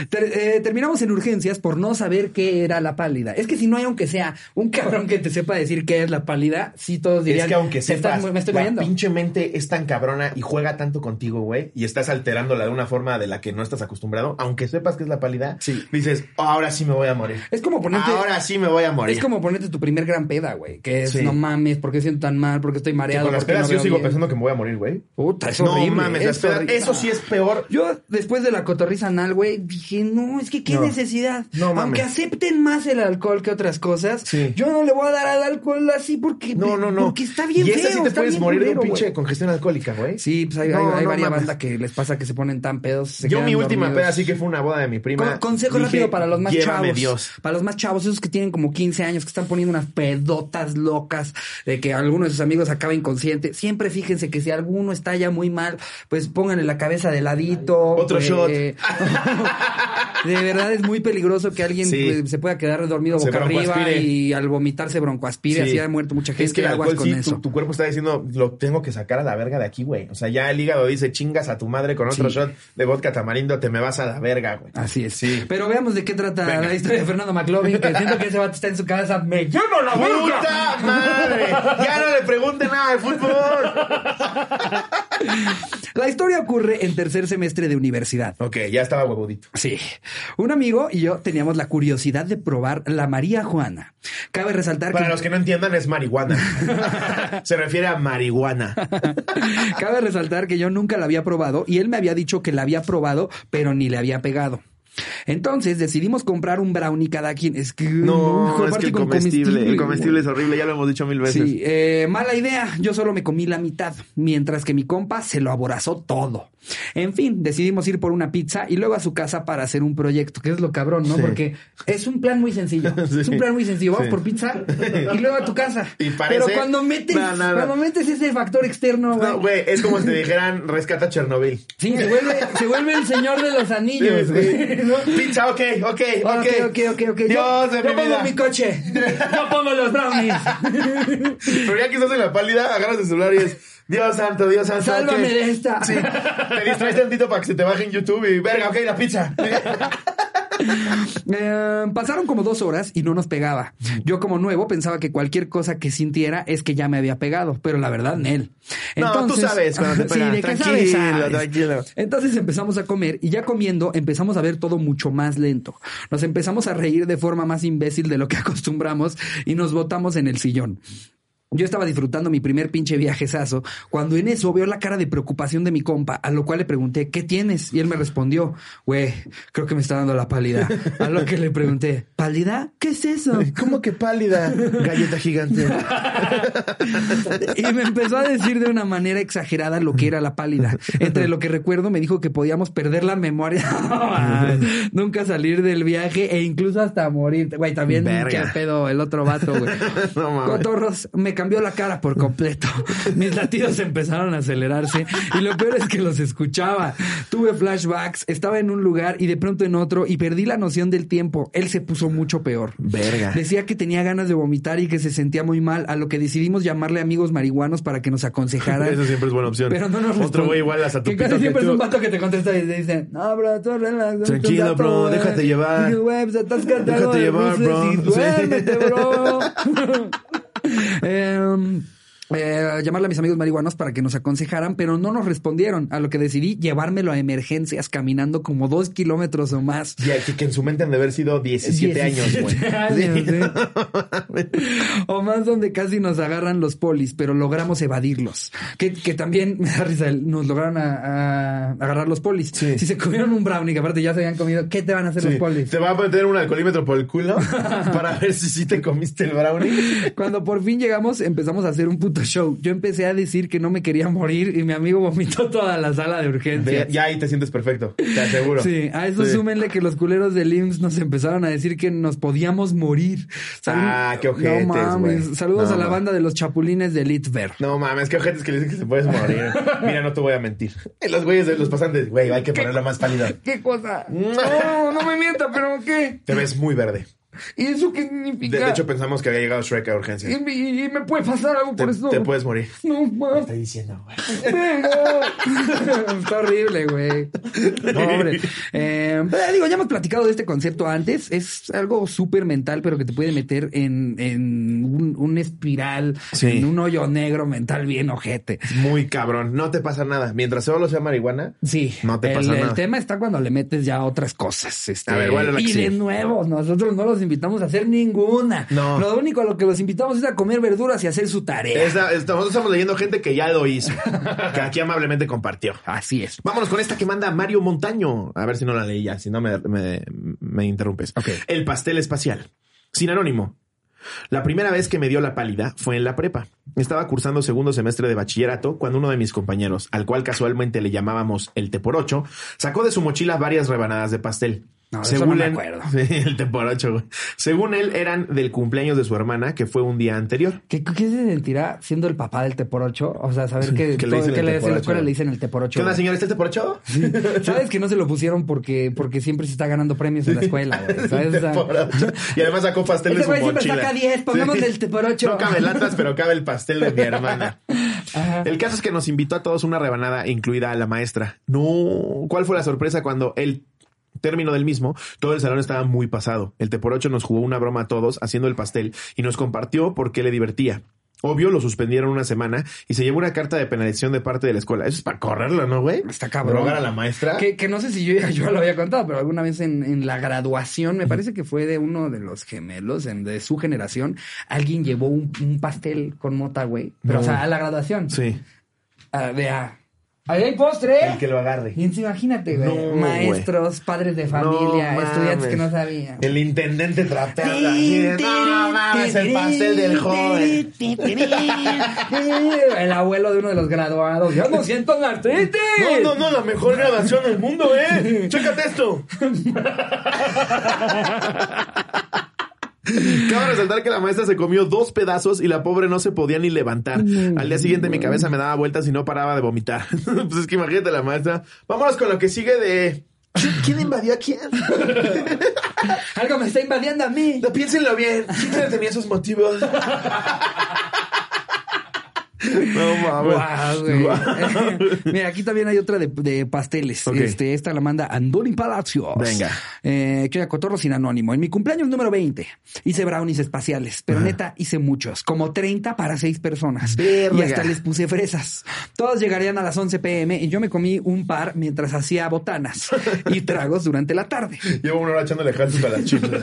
S2: Ter- eh, terminamos en urgencias por no saber qué era la pálida. Es que si no hay, aunque sea un cabrón que te sepa decir qué es la pálida, sí todos dirían.
S1: Es que aunque
S2: "Te estás
S1: sepas,
S2: mu- me estoy
S1: la
S2: muriendo.
S1: pinche mente es tan cabrona y juega tanto contigo, güey, y estás alterándola de una forma de la que no estás acostumbrado, aunque sepas que es la pálida,
S2: Sí.
S1: dices, ahora sí me voy a morir.
S2: Es como ponerte.
S1: Ahora sí me voy a morir.
S2: Es como ponerte tu primer gran peda, güey. Que es,
S1: Sí.
S2: no mames, ¿por qué siento tan mal? ¿Por qué estoy
S1: Que
S2: mareado?
S1: con las
S2: ¿Por qué
S1: pedas
S2: no
S1: yo
S2: veo
S1: sigo
S2: bien?"
S1: pensando que me voy a morir, güey.
S2: Puta, es
S1: No
S2: horrible.
S1: mames, las
S2: es
S1: pedas-
S2: horrible.
S1: eso sí es peor.
S2: Yo, después de la cotorriza anal, güey, dije, no, es que qué
S1: No.
S2: necesidad.
S1: No mames.
S2: Aunque acepten más el alcohol que otras cosas,
S1: Sí.
S2: yo no le voy a dar al alcohol así porque,
S1: No, no, no.
S2: porque está bien
S1: Y esa
S2: feo,
S1: sí te
S2: está
S1: puedes
S2: bien
S1: morir de
S2: culero,
S1: un pinche
S2: güey.
S1: congestión alcohólica, güey.
S2: Sí, pues hay,
S1: No,
S2: hay- hay
S1: no
S2: varias
S1: mames.
S2: bandas que les pasa que se ponen tan pedos. se
S1: Yo
S2: quedan
S1: mi última
S2: dormidos.
S1: peda sí que fue una boda de mi prima.
S2: Con- consejo
S1: Dije,
S2: rápido para los más
S1: "Llévame,
S2: chavos.
S1: Dios.
S2: Para los más chavos, esos que tienen como 15 años, que están poniendo unas pedotas locas de que alguno de sus amigos acaba inconsciente. Siempre fíjense que si alguno está ya muy mal, pues pónganle la cabeza de ladito.
S1: Otro
S2: pues,
S1: shot.
S2: eh, *laughs* de verdad es muy peligroso que alguien
S1: Sí.
S2: pues, se pueda quedar dormido
S1: Se
S2: boca arriba
S1: broncoaspire.
S2: y al vomitarse broncoaspire.
S1: Sí.
S2: Así ha muerto mucha gente.
S1: Es que el
S2: aguas
S1: alcohol,
S2: con
S1: sí,
S2: eso.
S1: Tu, tu cuerpo está diciendo, lo tengo que sacar a la verga de aquí, güey. O sea, ya el hígado dice, chingas a tu madre con otro
S2: Sí.
S1: shot de vodka tamarindo, te me vas a la verga, güey.
S2: Así es.
S1: Sí.
S2: Pero veamos de qué trata
S1: Venga.
S2: la historia de Fernando McLovin, que siento que ese vato está en su casa. ¡Me lleno la boca!
S1: ¡Puta madre! ¡Ya no le pregunte nada de fútbol!
S2: La historia ocurre en tercer semestre de universidad.
S1: Ok, ya estaba huevudito.
S2: Sí. Un amigo y yo teníamos la curiosidad de probar la María Juana. Cabe resaltar
S1: Para
S2: que... *laughs*
S1: los que no entiendan, es marihuana. Se refiere a marihuana.
S2: Cabe resaltar que yo nunca la había probado y él me había dicho que la había probado, pero ni le había pegado. Entonces decidimos comprar un brownie cada quien. Es que
S1: No, es que
S2: aparte
S1: el
S2: con
S1: comestible, el
S2: güey.
S1: comestible es horrible, ya lo hemos dicho mil veces.
S2: Sí, eh, mala idea. Yo solo me comí la mitad, mientras que mi compa se lo aborazó todo. En fin, decidimos ir por una pizza y luego a su casa para hacer un proyecto, que es lo cabrón, ¿no?
S1: Sí.
S2: Porque es un plan muy sencillo.
S1: *laughs* Sí.
S2: Es un plan muy sencillo. Vamos
S1: Sí.
S2: por pizza y luego a tu casa.
S1: *laughs* Y parece-
S2: Pero cuando metes,
S1: No, no, no.
S2: cuando metes ese factor externo, güey,
S1: No, güey, es como si te dijeran rescata Chernobyl.
S2: sí, se vuelve, se vuelve el señor de los anillos, güey, *laughs* ¿no?
S1: Pizza, ok, ok,
S2: Ah,
S1: ok.
S2: Ok, ok, ok, ok. Yo-
S1: Dios
S2: yo
S1: de mi
S2: pongo
S1: vida.
S2: mi coche. Yo pongo los brownies.
S1: *laughs* Pero ya que estás en la pálida, agarras el celular y es Dios santo, Dios santo. ok".
S2: Sálvame de esta.
S1: Sí, te distraes tantito para que se te baje en YouTube y verga, ok, la pizza.
S2: Eh, pasaron como dos horas y no nos pegaba. Yo como nuevo pensaba que cualquier cosa que sintiera es que ya me había pegado, pero la verdad, Nel.
S1: No, tú sabes cuando te
S2: *laughs*
S1: pega.
S2: Sí, de que
S1: Tranquilo,
S2: sabes, sabes.
S1: tranquilo.
S2: Entonces empezamos a comer y ya comiendo empezamos a ver todo mucho más lento. Nos empezamos a reír de forma más imbécil de lo que *laughs* acostumbramos y nos botamos en el sillón. Yo estaba disfrutando mi primer pinche viajezazo cuando en eso veo la cara de preocupación de mi compa, a lo cual le pregunté, ¿qué tienes? Y él me respondió, güey, creo que me está dando la pálida. A lo que le pregunté, ¿pálida? ¿Qué es eso?
S1: *laughs* ¿Cómo que pálida? Galleta gigante.
S2: *laughs* Y me empezó a decir de una manera exagerada lo que era la pálida. Entre lo que recuerdo, me dijo que podíamos perder la memoria, *laughs* nunca salir del viaje e incluso hasta morir. Güey, también qué
S1: Verga.
S2: pedo el otro vato, güey.
S1: *laughs* No mames.
S2: Cotorros, me cambió la cara por completo. *laughs* Mis latidos empezaron a acelerarse y lo peor es que los escuchaba. Tuve flashbacks, estaba en un lugar y de pronto en otro y perdí la noción del tiempo. Él se puso mucho peor.
S1: Verga.
S2: Decía que tenía ganas de vomitar y que se sentía muy mal, a lo que decidimos llamarle amigos marihuanos para que nos aconsejara.
S1: *laughs* Eso siempre es buena opción.
S2: Pero no nos
S1: Otro
S2: responde.
S1: güey igual hasta tu
S2: Que casi
S1: pito que
S2: siempre
S1: tú.
S2: es un vato que te contesta y te dice, no, bro, tú relax. dame
S1: Tranquilo,
S2: un rato,
S1: bro,
S2: güey.
S1: déjate llevar.
S2: Y, güey, pues, atáscate
S1: Déjate
S2: algo de
S1: llevar,
S2: luces
S1: bro.
S2: y
S1: Sí.
S2: duérmete,
S1: *laughs*
S2: bro. Em, eh, llamarle a mis amigos marihuanos para que nos aconsejaran, pero no nos respondieron, a lo que decidí llevármelo a emergencias caminando como dos kilómetros o más.
S1: Y aquí que en su mente han de haber sido 17, años, güey.
S2: 17 años, ¿eh? *laughs* o más donde casi nos agarran los polis, pero logramos evadirlos. Que, que también *laughs* me da risa, el- nos lograron a- a agarrar los polis.
S1: Sí.
S2: Si se comieron un brownie, que aparte ya se habían comido, ¿qué te van a hacer los
S1: Sí.
S2: polis?
S1: Te va a meter un alcoholímetro por el culo para ver si sí te comiste el brownie.
S2: Cuando por fin llegamos, empezamos a hacer un puto show. Yo empecé a decir que no me quería morir y mi amigo vomitó toda la sala de urgencia.
S1: Ve- ya ahí te sientes perfecto, te aseguro.
S2: Sí, a eso
S1: Sí.
S2: súmenle que los culeros del IMSS nos empezaron a decir que nos podíamos morir.
S1: Ah, qué ojetes,
S2: No mames.
S1: güey.
S2: Saludos
S1: No,
S2: a la
S1: ma-
S2: banda de los chapulines de Litver.
S1: No mames, qué ojetes que le dicen que se puedes morir.
S2: *laughs*
S1: Mira, no te voy a mentir. Los güeyes de los pasantes, güey, hay que ponerla más pálida.
S2: ¿Qué cosa? *laughs* No, no me mienta, pero ¿qué?
S1: Te ves muy verde.
S2: ¿Y eso qué
S1: De,
S2: significa?
S1: de hecho, pensamos que había llegado Shrek a urgencia.
S2: ¿Y, me- y- y me puede pasar algo
S1: Te,
S2: por eso?
S1: te puedes morir.
S2: No, mames.
S1: Estoy diciendo, güey. *laughs*
S2: Venga. Está horrible, güey. Pobre. Eh, pero digo, ya hemos platicado de este concepto antes. Es algo súper mental, pero que te puede meter en, en un, un espiral,
S1: Sí.
S2: en un hoyo negro mental bien ojete.
S1: Muy cabrón. No te pasa nada. Mientras solo sea marihuana,
S2: Sí,
S1: no te
S2: el,
S1: pasa
S2: el
S1: nada.
S2: tema está cuando le metes ya otras cosas. este,
S1: A ver, ¿cuál es la que
S2: y de
S1: sigue?
S2: nuevo, nosotros no los invitamos a hacer ninguna.
S1: No.
S2: Lo único a lo que los invitamos es a comer verduras y hacer su tarea.
S1: Esa- esta- nosotros estamos leyendo gente que ya lo hizo, que aquí amablemente compartió.
S2: Así es.
S1: Vámonos con esta que manda Mario Montaño. A ver si no la leí ya, si no me, me- me interrumpes.
S2: Ok.
S1: El pastel espacial. Sin anónimo. La primera vez que me dio la pálida fue en la prepa. Estaba cursando segundo semestre de bachillerato cuando uno de mis compañeros, al cual casualmente le llamábamos el té por ocho, sacó de su mochila varias rebanadas de pastel.
S2: No, de eso no me
S1: él-
S2: acuerdo.
S1: Sí, *laughs* el té por ocho, güey. Según él, eran del cumpleaños de su hermana, que fue un día anterior.
S2: ¿Qué, qué se sentirá siendo el papá del Teporocho? O sea,
S1: *laughs*
S2: saber que,
S1: que le
S2: todo-
S1: dicen
S2: que
S1: el
S2: le,
S1: Te por
S2: en la
S1: Ocho.
S2: escuela le dicen el
S1: ¿Qué
S2: Teporocho.
S1: onda, señora? ¿Este té por ocho?
S2: *laughs* Sabes que no se lo pusieron porque, porque siempre se está ganando premios en la escuela.
S1: *laughs*
S2: güey, ¿sabes? O
S1: Té
S2: sea,
S1: por ocho. Y además sacó pastel de
S2: Ese
S1: su
S2: güey
S1: mochila.
S2: siempre saca 10, pongámosle
S1: Sí.
S2: el Te por Ocho.
S1: No cabe latas, pero cabe el pastel de mi hermana.
S2: *laughs* Ajá.
S1: El caso es que nos invitó a todos una rebanada, incluida a la maestra. No, ¿cuál fue la sorpresa cuando el término del mismo, todo el salón estaba muy pasado. El Te por ocho nos jugó una broma a todos haciendo el pastel y nos compartió por qué le divertía. Obvio, lo suspendieron una semana y se llevó una carta de penalización de parte de la escuela. Eso es para correrlo, ¿no, güey?
S2: Está cabrón.
S1: Drogar a la maestra.
S2: Que, que no sé si yo, ya- *laughs* yo lo había contado, pero alguna vez en, en la graduación, me parece que fue de uno de los gemelos en- de su generación, alguien llevó un, un pastel con mota, güey. Pero,
S1: No.
S2: o sea, a la graduación.
S1: Sí.
S2: A, de a- ¡Ahí hay postre!
S1: El que lo agarre.
S2: Y encima, imagínate, güey.
S1: No,
S2: Maestros, padres de familia,
S1: No
S2: estudiantes que no
S1: mames.
S2: sabían.
S1: El intendente trapeando. así de, No, mames, el pastel del joven.
S2: El abuelo de uno de los graduados. Yo no siento la artritis.
S1: No, no, no, la mejor grabación del mundo, ¿eh? Chécate esto. *laughs* Cabe resaltar que la maestra se comió dos pedazos y la pobre no se podía ni levantar. Al día siguiente mi cabeza me daba vueltas y no paraba de vomitar. *laughs* pues es que imagínate la maestra. Vámonos con lo que sigue de... ¿Quién invadió a quién?
S2: Algo me está invadiendo a mí.
S1: No, piénsenlo bien. ¿Quién tenía sus motivos? no
S2: Guau, güey.
S1: mames. Guau.
S2: *laughs* Mira, aquí también hay otra de, de pasteles.
S1: Ok.
S2: Este, esta la manda Andoni Palacios.
S1: Venga.
S2: Eh, que era Cotorro sin anónimo. En mi cumpleaños número 20 hice brownies espaciales, pero
S1: Ah.
S2: neta hice muchos, como 30 para 6 personas.
S1: Verga.
S2: Y hasta les puse fresas. Todos llegarían a las 11 pm y yo me comí un par mientras hacía botanas y
S1: *laughs*
S2: tragos durante la tarde.
S1: Llevo una hora echándole ejército a las chicas.
S2: *laughs*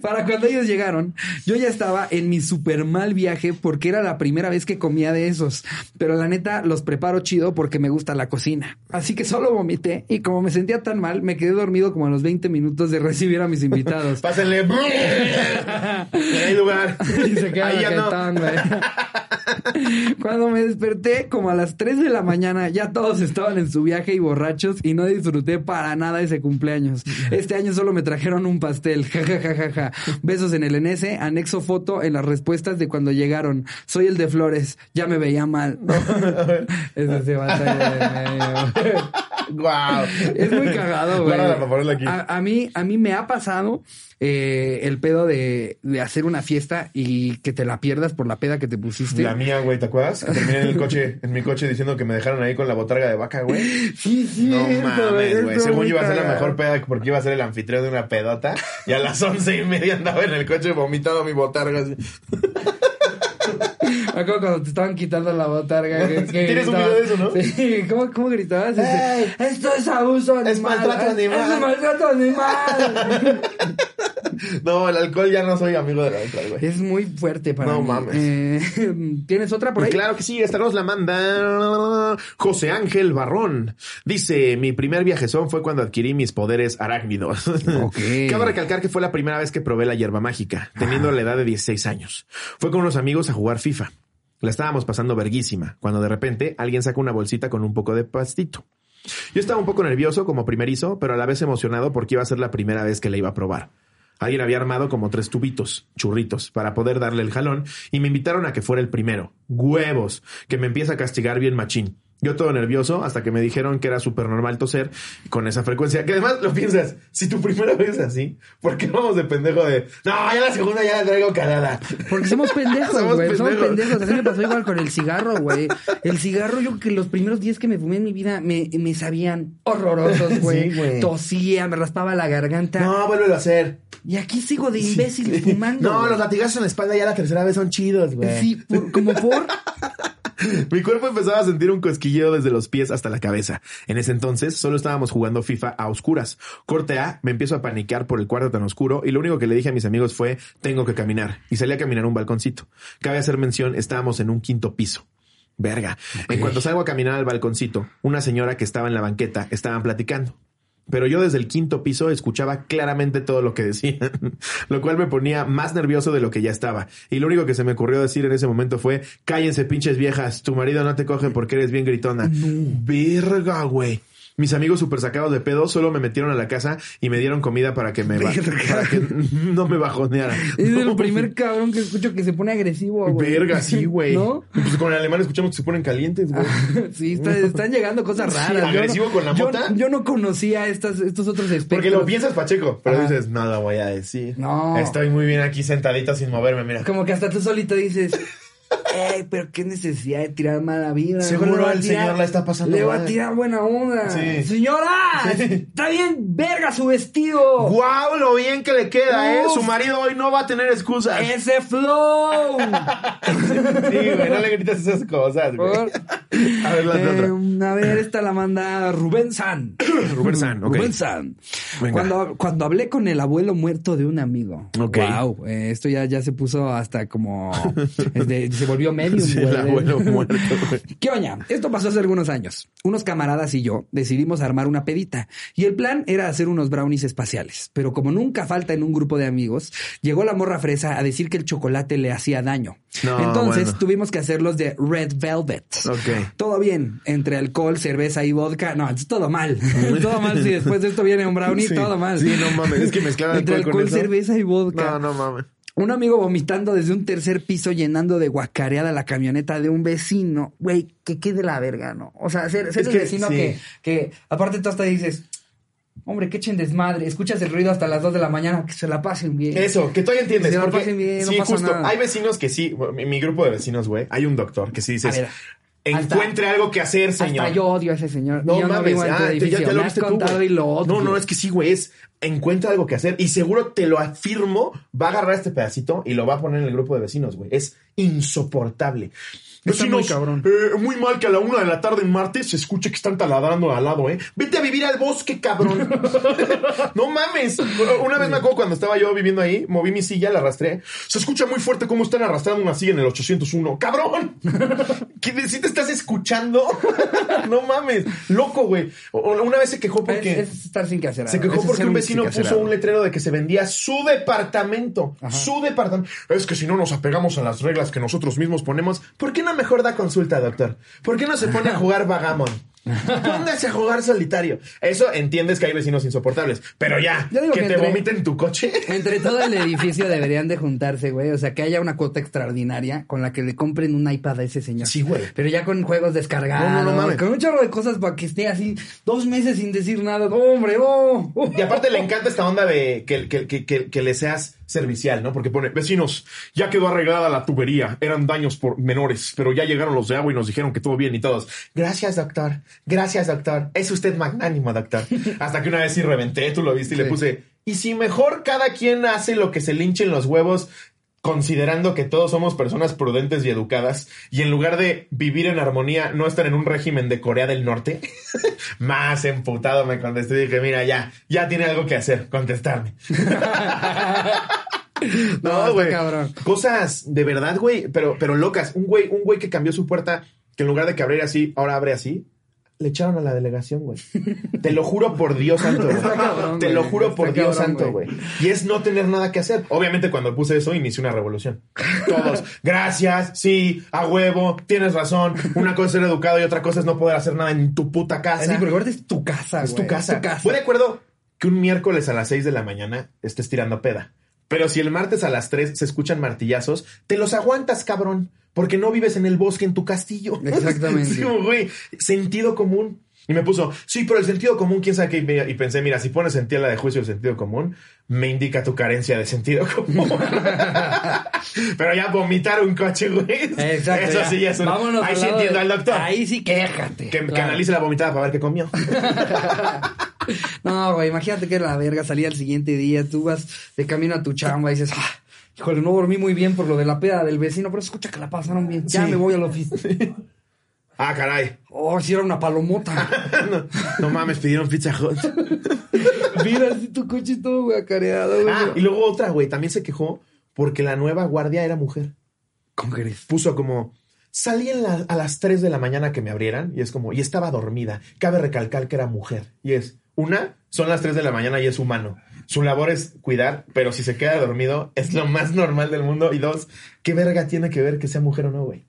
S2: Para cuando ellos llegaron, yo ya estaba en mi super mal viaje porque era la primera vez que comía de esos. Pero la neta, los preparo chido porque me gusta la cocina. Así que solo vomité y como me sentía tan mal, me quedé dormido como a los 20 minutos de recibir a mis invitados.
S1: Pásenle. hay lugar.
S2: *laughs* Y se queda
S1: Ahí ya no.
S2: baquetón, güey. *laughs* Cuando me desperté, como a las 3 de la mañana, ya todos estaban en su viaje y borrachos y no disfruté para nada ese cumpleaños. Este año solo me trajeron un pastel. Ja, ja, ja, ja, ja. Besos en el NS, anexo foto en las respuestas de cuando llegaron. Soy el de Flores, ya me veía
S1: *laughs*
S2: mal. Eso se va a estar bien, güey.
S1: Guau.
S2: Es muy
S1: *laughs*
S2: cagado, güey. Ah,
S1: Guárdala para ponerla aquí.
S2: A, a mí, a mí me ha pasado eh, el pedo de, de hacer una fiesta y que te la pierdas por la peda que te pusiste.
S1: La mía, güey, ¿te acuerdas? Que terminé en el coche, en mi coche diciendo que me dejaron ahí con la botarga de vaca, güey.
S2: Sí, sí.
S1: No mames, güey. Según yo iba a ser la mejor peda porque iba a ser el anfitrión de una pedota. Y a las once y media andaba en el coche vomitando mi botarga. así.
S2: Me acuerdo cuando te estaban quitando la botarga.
S1: *laughs*
S2: que- que
S1: Tienes un video de eso, ¿no?
S2: Sí. ¿Cómo, cómo gritabas?
S1: ¡Ey!
S2: Este, Esto es abuso animal. ¿eh?
S1: Es maltrato animal".
S2: Es maltrato
S1: *laughs*
S2: animal.
S1: No, el alcohol ya no soy amigo del alcohol, güey.
S2: es muy fuerte para
S1: No
S2: mí.
S1: mames.
S2: Eh, *laughs* ¿Tienes otra por ahí?
S1: Y Pues Claro que sí, esta nos la manda José Ángel Barrón. Dice, mi primer viajezón fue cuando adquirí mis poderes arácnidos.
S2: Ok.
S1: *laughs* Cabe recalcar que fue la primera vez que probé la hierba mágica,
S2: Ah.
S1: teniendo la edad de 16 años. Fue con unos amigos a jugar FIFA. La estábamos pasando verguísima, cuando de repente alguien saca una bolsita con un poco de pastito. Yo estaba un poco nervioso como primerizo, pero a la vez emocionado porque iba a ser la primera vez que la iba a probar. Alguien había armado como tres tubitos, churritos, para poder darle el jalón y me invitaron a que fuera el primero. Huevos, que me empieza a castigar bien machín. Yo todo nervioso hasta que me dijeron que era súper normal toser con esa frecuencia. Que además lo piensas, si tu primera vez es así, ¿por qué vamos de pendejo de... No, ya la segunda ya la traigo calada.
S2: Porque somos pendejos,
S1: Somos
S2: güey. Somos
S1: pendejos.
S2: pendejos. Así me pasó igual con el cigarro, güey. El cigarro, yo creo que los primeros días que me fumé en mi vida me, me sabían horrorosos, güey.
S1: Sí, güey.
S2: Tosía, me raspaba la garganta.
S1: No, vuélvelo a hacer.
S2: Y aquí sigo de
S1: *laughs*
S2: imbécil fumando.
S1: No,
S2: güey.
S1: los latigazos en la espalda ya la tercera vez son chidos, güey.
S2: Sí, por- *laughs* como por.
S1: *laughs* Mi cuerpo empezaba a sentir un cosquilleo desde los pies hasta la cabeza. En ese entonces solo estábamos jugando FIFA a oscuras. Corte A, me empiezo a paniquear por el cuarto tan oscuro y lo único que le dije a mis amigos fue, tengo que caminar. Y salí a caminar a un balconcito. Cabe hacer mención, estábamos en un quinto piso. Verga. En cuanto salgo a caminar al balconcito, una señora que estaba en la banqueta estaban platicando. Pero yo desde el quinto piso escuchaba claramente todo lo que decían, *laughs* lo cual me ponía más nervioso de lo que ya estaba. Y lo único que se me ocurrió decir en ese momento fue, cállense pinches viejas, tu marido no te coge porque eres bien gritona. Verga, güey. Mis amigos super sacados de pedo solo me metieron a la casa y me dieron comida para que me ba-
S2: Verga.
S1: para que *laughs* no me bajoneara.
S2: Es el
S1: *laughs* No,
S2: primer cabrón que escucho que se pone agresivo, güey. *laughs*
S1: Verga, sí, güey.
S2: ¿No?
S1: Y Pues con el alemán escuchamos que se ponen calientes, güey.
S2: Sí, está- están llegando cosas
S1: Sí,
S2: raras. Yo no-
S1: agresivo con la
S2: yo-
S1: mota.
S2: Yo, no conocía estas, estos otros espectros.
S1: Porque lo piensas, Pacheco, pero
S2: Ajá.
S1: dices, no lo voy a decir.
S2: No.
S1: Estoy muy bien aquí sentadito sin moverme, mira. *laughs*
S2: Como que hasta tú solito dices, Ey, pero qué necesidad de tirar mala vibra.
S1: Seguro
S2: Mejor le voy a
S1: el
S2: tirar-
S1: señor la está pasando
S2: Le va a
S1: mal.
S2: tirar buena onda.
S1: Sí.
S2: Señora,
S1: *laughs* Sí.
S2: está bien verga su vestido.
S1: ¡Guau! Lo bien que le queda, ¿eh?
S2: Uf.
S1: Su marido hoy no va a tener excusas.
S2: Ese flow.
S1: *laughs* Sí, güey, no le gritas esas cosas, güey.
S2: Por-
S1: A ver, la
S2: Eh,
S1: otra.
S2: a ver, esta la manda Rubén
S1: *coughs*
S2: San.
S1: Rubén San, ok.
S2: Rubén San.
S1: Venga.
S2: Cuando, cuando hablé con el abuelo muerto de un amigo.
S1: Ok.
S2: Wow, esto ya, ya se puso hasta como. *laughs* es de- se volvió medium.
S1: Sí, el
S2: güey. *laughs*
S1: abuelo muerto, güey.
S2: ¿Qué oña? Esto pasó hace algunos años. Unos camaradas y yo decidimos armar una pedita y el plan era hacer unos brownies espaciales. Pero como nunca falta en un grupo de amigos, llegó la morra fresa a decir que el chocolate le hacía daño.
S1: No,
S2: Entonces
S1: bueno.
S2: tuvimos que hacerlos de red velvet.
S1: Ok.
S2: Todo bien, entre alcohol, cerveza y vodka. No, es todo mal. *laughs* todo mal. Si después de esto viene un brownie,
S1: Sí,
S2: todo mal.
S1: sí, no mames, es que mezclar
S2: Entre
S1: alcohol con
S2: alcohol,
S1: eso.
S2: cerveza y vodka.
S1: No, no mames.
S2: Un amigo vomitando desde un tercer piso llenando de guacareada la camioneta de un vecino. Güey, que quede la verga, ¿no? O sea, ser, ser
S1: Es
S2: el
S1: que
S2: vecino
S1: sí.
S2: que, que, aparte tú hasta dices, hombre, que echen desmadre. Escuchas el ruido hasta las 2 de la mañana, que se la pasen bien.
S1: Eso, que todavía entiendes.
S2: Que se la
S1: porque,
S2: pasen bien, no
S1: sí,
S2: pasa
S1: justo.
S2: nada.
S1: Hay vecinos que sí. bueno, Mi, mi grupo de vecinos, güey. Hay un doctor que sí
S2: A
S1: dices.
S2: ver,
S1: Encuentre algo que hacer, señor.
S2: hasta yo odio a ese señor.
S1: No
S2: yo no
S1: mames,
S2: vivo en tu
S1: ah, te-
S2: edificio.
S1: ya te lo
S2: Me has
S1: viste tú,
S2: contado
S1: güey.
S2: y lo odio.
S1: No, no, es que sí, güey, es encuentra algo que hacer y seguro te lo afirmo, va a agarrar este pedacito y lo va a poner en el grupo de vecinos, güey. Es insoportable.
S2: Está muy
S1: Vecinos,
S2: cabrón.
S1: eh, muy mal que a la una de la tarde en martes se escuche que están taladrando al lado, ¿eh? Vete a vivir al
S2: *laughs*
S1: bosque, cabrón. no mames. Una vez me acuerdo cuando estaba yo viviendo ahí, moví mi silla, la arrastré. Se escucha muy fuerte cómo están arrastrando una silla en el 801. ¡Cabrón! ¿Qué, ¿Sí te estás escuchando? *laughs* no mames. Loco, güey. O- o Una vez se quejó
S2: Pues, Es,
S1: porque...
S2: es estar sin que hacer
S1: Se
S2: algo.
S1: quejó
S2: Es
S1: porque
S2: ser
S1: un vecino
S2: sin que hacer
S1: puso
S2: algo.
S1: un letrero de que se vendía su departamento.
S2: Ajá.
S1: Su departamento. Es que si no nos apegamos a las reglas que nosotros mismos ponemos, ¿por qué no mejor da consulta, doctor? ¿Por qué no se pone a
S2: *laughs*
S1: jugar vagamon? Póngase a jugar solitario. Eso entiendes que hay vecinos insoportables. Pero ya,
S2: Yo digo
S1: que,
S2: que
S1: te
S2: entre-
S1: vomiten tu coche.
S2: Entre todo el edificio deberían de juntarse, güey. O sea, que haya una cuota extraordinaria con la que le compren un iPad a ese señor.
S1: Sí, güey.
S2: Pero ya con juegos descargados.
S1: No, no, no mames.
S2: Con un chorro de cosas para que esté así dos meses sin decir nada. ¡Hombre, oh!
S1: Y aparte le encanta esta onda de que, que- que- que- que le seas servicial, ¿no? Porque pone, vecinos, ya quedó arreglada la tubería, eran daños por menores, pero ya llegaron los de agua y nos dijeron que todo bien y todos. Gracias, doctor. Gracias, doctor. Es usted magnánimo, doctor. Hasta que una vez sí reventé, tú lo viste y le
S2: Sí.
S1: puse, y si mejor cada quien hace lo que se le hinche en los huevos, considerando que todos somos personas prudentes y educadas, y en lugar de vivir en armonía, no estar en un régimen de Corea del Norte, más emputado me contestó y dije, mira, ya, ya tiene algo que hacer,
S2: *laughs*
S1: contestarme. *laughs*
S2: No,
S1: No,
S2: está
S1: güey.
S2: cabrón.
S1: Cosas de verdad, güey, pero, pero locas. Un güey, un güey que cambió su puerta, que en lugar de que abriera así, ahora abre así. Le echaron a la
S2: *laughs*
S1: delegación, güey. Te lo juro por Dios santo, güey.
S2: Está cabrón,
S1: Te lo
S2: güey.
S1: juro
S2: Está
S1: por Dios
S2: cabrón,
S1: santo,
S2: güey.
S1: güey. Y es no tener nada que hacer. Obviamente, cuando puse eso, inicié una revolución. Todos, gracias, sí, a huevo, tienes razón. Una cosa es ser educado y otra cosa es no poder hacer nada en tu puta casa.
S2: Así, porque ahorita es tu casa,
S1: Es
S2: güey.
S1: tu casa.
S2: Es tu casa.
S1: Fue de acuerdo que un miércoles a las 6 de la mañana estés tirando peda. Pero si el martes a las 3 se escuchan martillazos, te los aguantas, cabrón. Porque no vives en el bosque, en tu castillo.
S2: Exactamente.
S1: *laughs* Sí, como, güey, sentido común. Y me puso, sí, pero el sentido común, quién sabe qué. Y me- Y pensé, mira, si pones en ti la de juicio el sentido común, me indica tu carencia de sentido
S2: *laughs*
S1: común. pero ya vomitar un coche, güey.
S2: Exacto.
S1: Eso
S2: ya.
S1: sí, ya es un.
S2: Vámonos
S1: Ahí
S2: al
S1: sí
S2: lado
S1: entiendo
S2: de-
S1: al doctor.
S2: Ahí sí quéjate.
S1: que, que
S2: Claro.
S1: analice la vomitada para ver qué comió. *laughs*
S2: No, güey, imagínate que la verga salía al siguiente día, tú vas de camino a tu chamba y dices, ah, híjole, no dormí muy bien por lo de la peda del vecino, pero escucha que la pasaron bien. Ya
S1: Sí.
S2: me voy a la *laughs* oficina.
S1: Ah, caray.
S2: Oh, si era una palomota.
S1: *laughs* no, no mames, pidieron Pizza Hut.
S2: Mira, así tu coche todo, güey, acareado, güey.
S1: Ah, y luego otra, güey, también se quejó porque la nueva guardia era mujer.
S2: ¿Cómo crees?
S1: Puso como, salí en la- a las 3 de la mañana que me abrieran y es como, y estaba dormida. Cabe recalcar que era mujer. Y es, una, son las 3 de la mañana y es humano. Su labor es cuidar, pero si se queda dormido es lo más normal del mundo. Y dos, ¿qué verga tiene que ver que sea mujer o no, güey?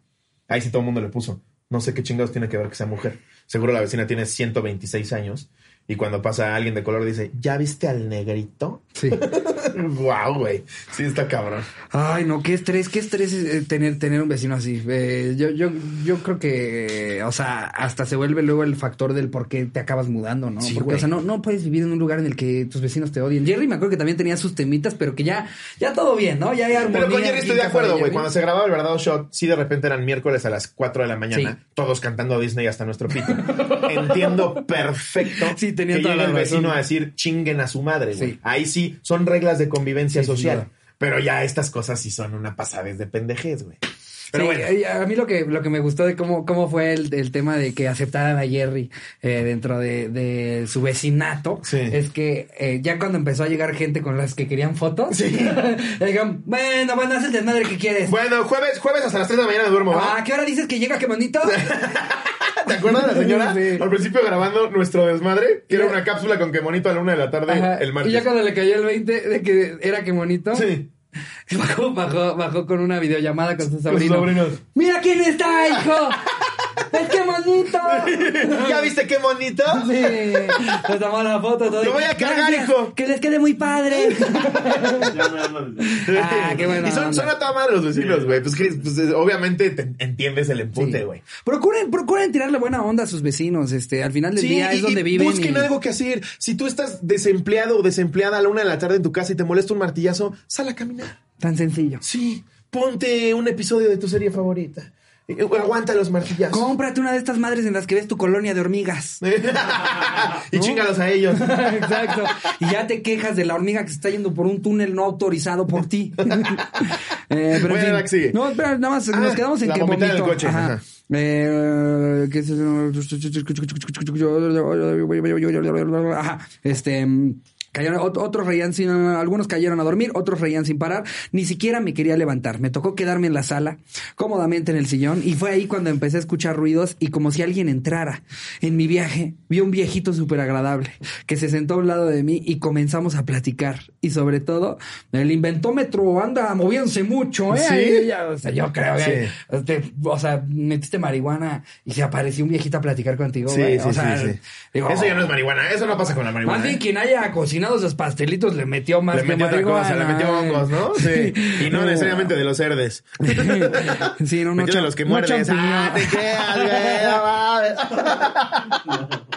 S1: Ahí sí todo el mundo le puso. No sé qué chingados tiene que ver que sea mujer. Seguro la vecina tiene 126 años Y cuando pasa alguien de color dice, ¿ya viste al negrito? *laughs*
S2: Sí.
S1: wow, güey. Sí, está cabrón.
S2: Ay, no, qué estrés, qué estrés eh, tener, tener un vecino así. Eh, yo, yo, yo creo que, eh, o sea, hasta se vuelve luego el factor del por qué te acabas mudando, ¿no?
S1: Sí,
S2: Porque,
S1: güey.
S2: o sea, no, no puedes vivir en un lugar en el que tus vecinos te odien. Jerry me acuerdo que también tenía sus temitas, pero que ya, ya todo bien, ¿no? Ya hay armonía.
S1: Pero con Jerry
S2: aquí
S1: estoy
S2: en
S1: de
S2: casa
S1: acuerdo, güey.
S2: Jerry.
S1: Cuando se grababa el verdadero shot, sí de repente eran miércoles a las 4 de la mañana,
S2: Sí.
S1: todos cantando Disney hasta
S2: *laughs*
S1: nuestro pito. Entiendo perfecto
S2: Sí, tenía
S1: que
S2: toda
S1: llegue
S2: la
S1: el vecino
S2: razón.
S1: a decir chinguen a su madre, güey.
S2: Sí.
S1: Ahí sí son reglas de convivencia
S2: Sí, sin
S1: social.
S2: duda.
S1: Pero ya estas cosas sí son una pasadez de pendejez, güey. Pero
S2: Sí,
S1: bueno.
S2: eh, a mí lo que, lo que me gustó de cómo, cómo fue el, el tema de que aceptaran a Jerry eh, dentro de, de su vecinato
S1: Sí.
S2: es que eh, ya cuando empezó a llegar gente con las que querían fotos,
S1: Sí.
S2: le *laughs* dijeron, bueno, bueno, haz el desmadre que quieres. Ah,
S1: Bueno, jueves, jueves hasta las 3 de la mañana me duermo, ¿va?
S2: ¿A qué hora dices que llega, qué bonito?
S1: *laughs* ¿Te acuerdas de la señora?
S2: *laughs* Sí.
S1: Al principio grabando nuestro desmadre, que era
S2: Ya.
S1: una cápsula con que monito a la una de la tarde
S2: Ajá.
S1: el
S2: Y
S1: martes.
S2: ya cuando le cayó el 20 de que era que bonito,
S1: Sí.
S2: *laughs* bajó, bajó, bajó con una videollamada con su
S1: Con sus
S2: sobrino.
S1: sobrinos.
S2: ¡Mira quién está,
S1: *laughs*
S2: hijo! ¡Es que bonito! *laughs*
S1: ¿Ya viste qué bonito?
S2: Sí, nos tomó la foto. Todo
S1: Lo voy a cargar,
S2: Gracias,
S1: hijo.
S2: Que les quede muy
S1: *laughs*
S2: padre.
S3: Ya me ando desde-
S2: Ah, qué buena
S1: Y son,
S2: onda.
S1: son a toda madre los vecinos, güey. Pues, Chris, pues, eh, obviamente te entiendes el
S2: Sí.
S1: empute, güey.
S2: Procuren, procuren tirarle buena onda a sus vecinos. Este, al final del día
S1: y-
S2: es
S1: y
S2: donde viven.
S1: Busquen
S2: y-
S1: algo que hacer. Si tú estás desempleado o desempleada a la una de la tarde en tu casa y te molesta un martillazo, sal a caminar.
S2: Tan sencillo.
S1: Sí. Ponte un episodio de tu serie favorita. Eh, Aguanta los martillazos.
S2: Cómprate una de estas madres en las que ves tu colonia de hormigas.
S1: *laughs* y chingalos
S2: *laughs*
S1: a ellos.
S2: Exacto. Y ya te quejas de la hormiga que se está yendo por un túnel no autorizado por ti. *laughs* Eh, pero en
S1: Bueno,
S2: fin.
S1: la que sigue.
S2: No, espera, nada más
S1: Ah,
S2: nos quedamos en
S1: la
S2: que
S1: vomitada del
S2: vomitó.
S1: coche,
S2: Ajá.
S1: ajá.
S2: Eh, ¿qué es eso? Ajá. Este. mm, cayeron- ot- otros reían sin, algunos cayeron a dormir, otros reían sin parar. Ni siquiera me quería levantar. Me tocó quedarme en la sala, cómodamente en el sillón, y fue ahí cuando empecé a escuchar ruidos y como si alguien entrara. En mi viaje vi a un viejito súper agradable que se sentó a un lado de mí y comenzamos a platicar. Y sobre todo, el inventómetro anda moviéndose mucho, ¿eh?
S1: Sí.
S2: Ahí ya, o sea, yo creo que,
S1: Sí.
S2: este, o sea, metiste marihuana y se apareció un viejito a platicar contigo.
S1: Sí,
S2: güey.
S1: sí,
S2: O sea,
S1: sí, sí.
S2: digo,
S1: Eso ya no es marihuana, eso no pasa con la marihuana.
S2: Más bien
S1: ¿eh?
S2: quien haya cocinado esos pastelitos le metió más
S1: le
S2: que
S1: metió otra
S2: marihuana.
S1: cosa, le metió hongos, ¿no?
S2: *laughs*
S1: Sí. Y no necesariamente de los cerdes.
S2: Sí, no, no,
S1: Metió de
S2: cha-
S1: los que
S2: no
S1: muerdes.
S2: champiñón.
S1: ¡Ah, te creas, güey! no mames!
S2: *laughs*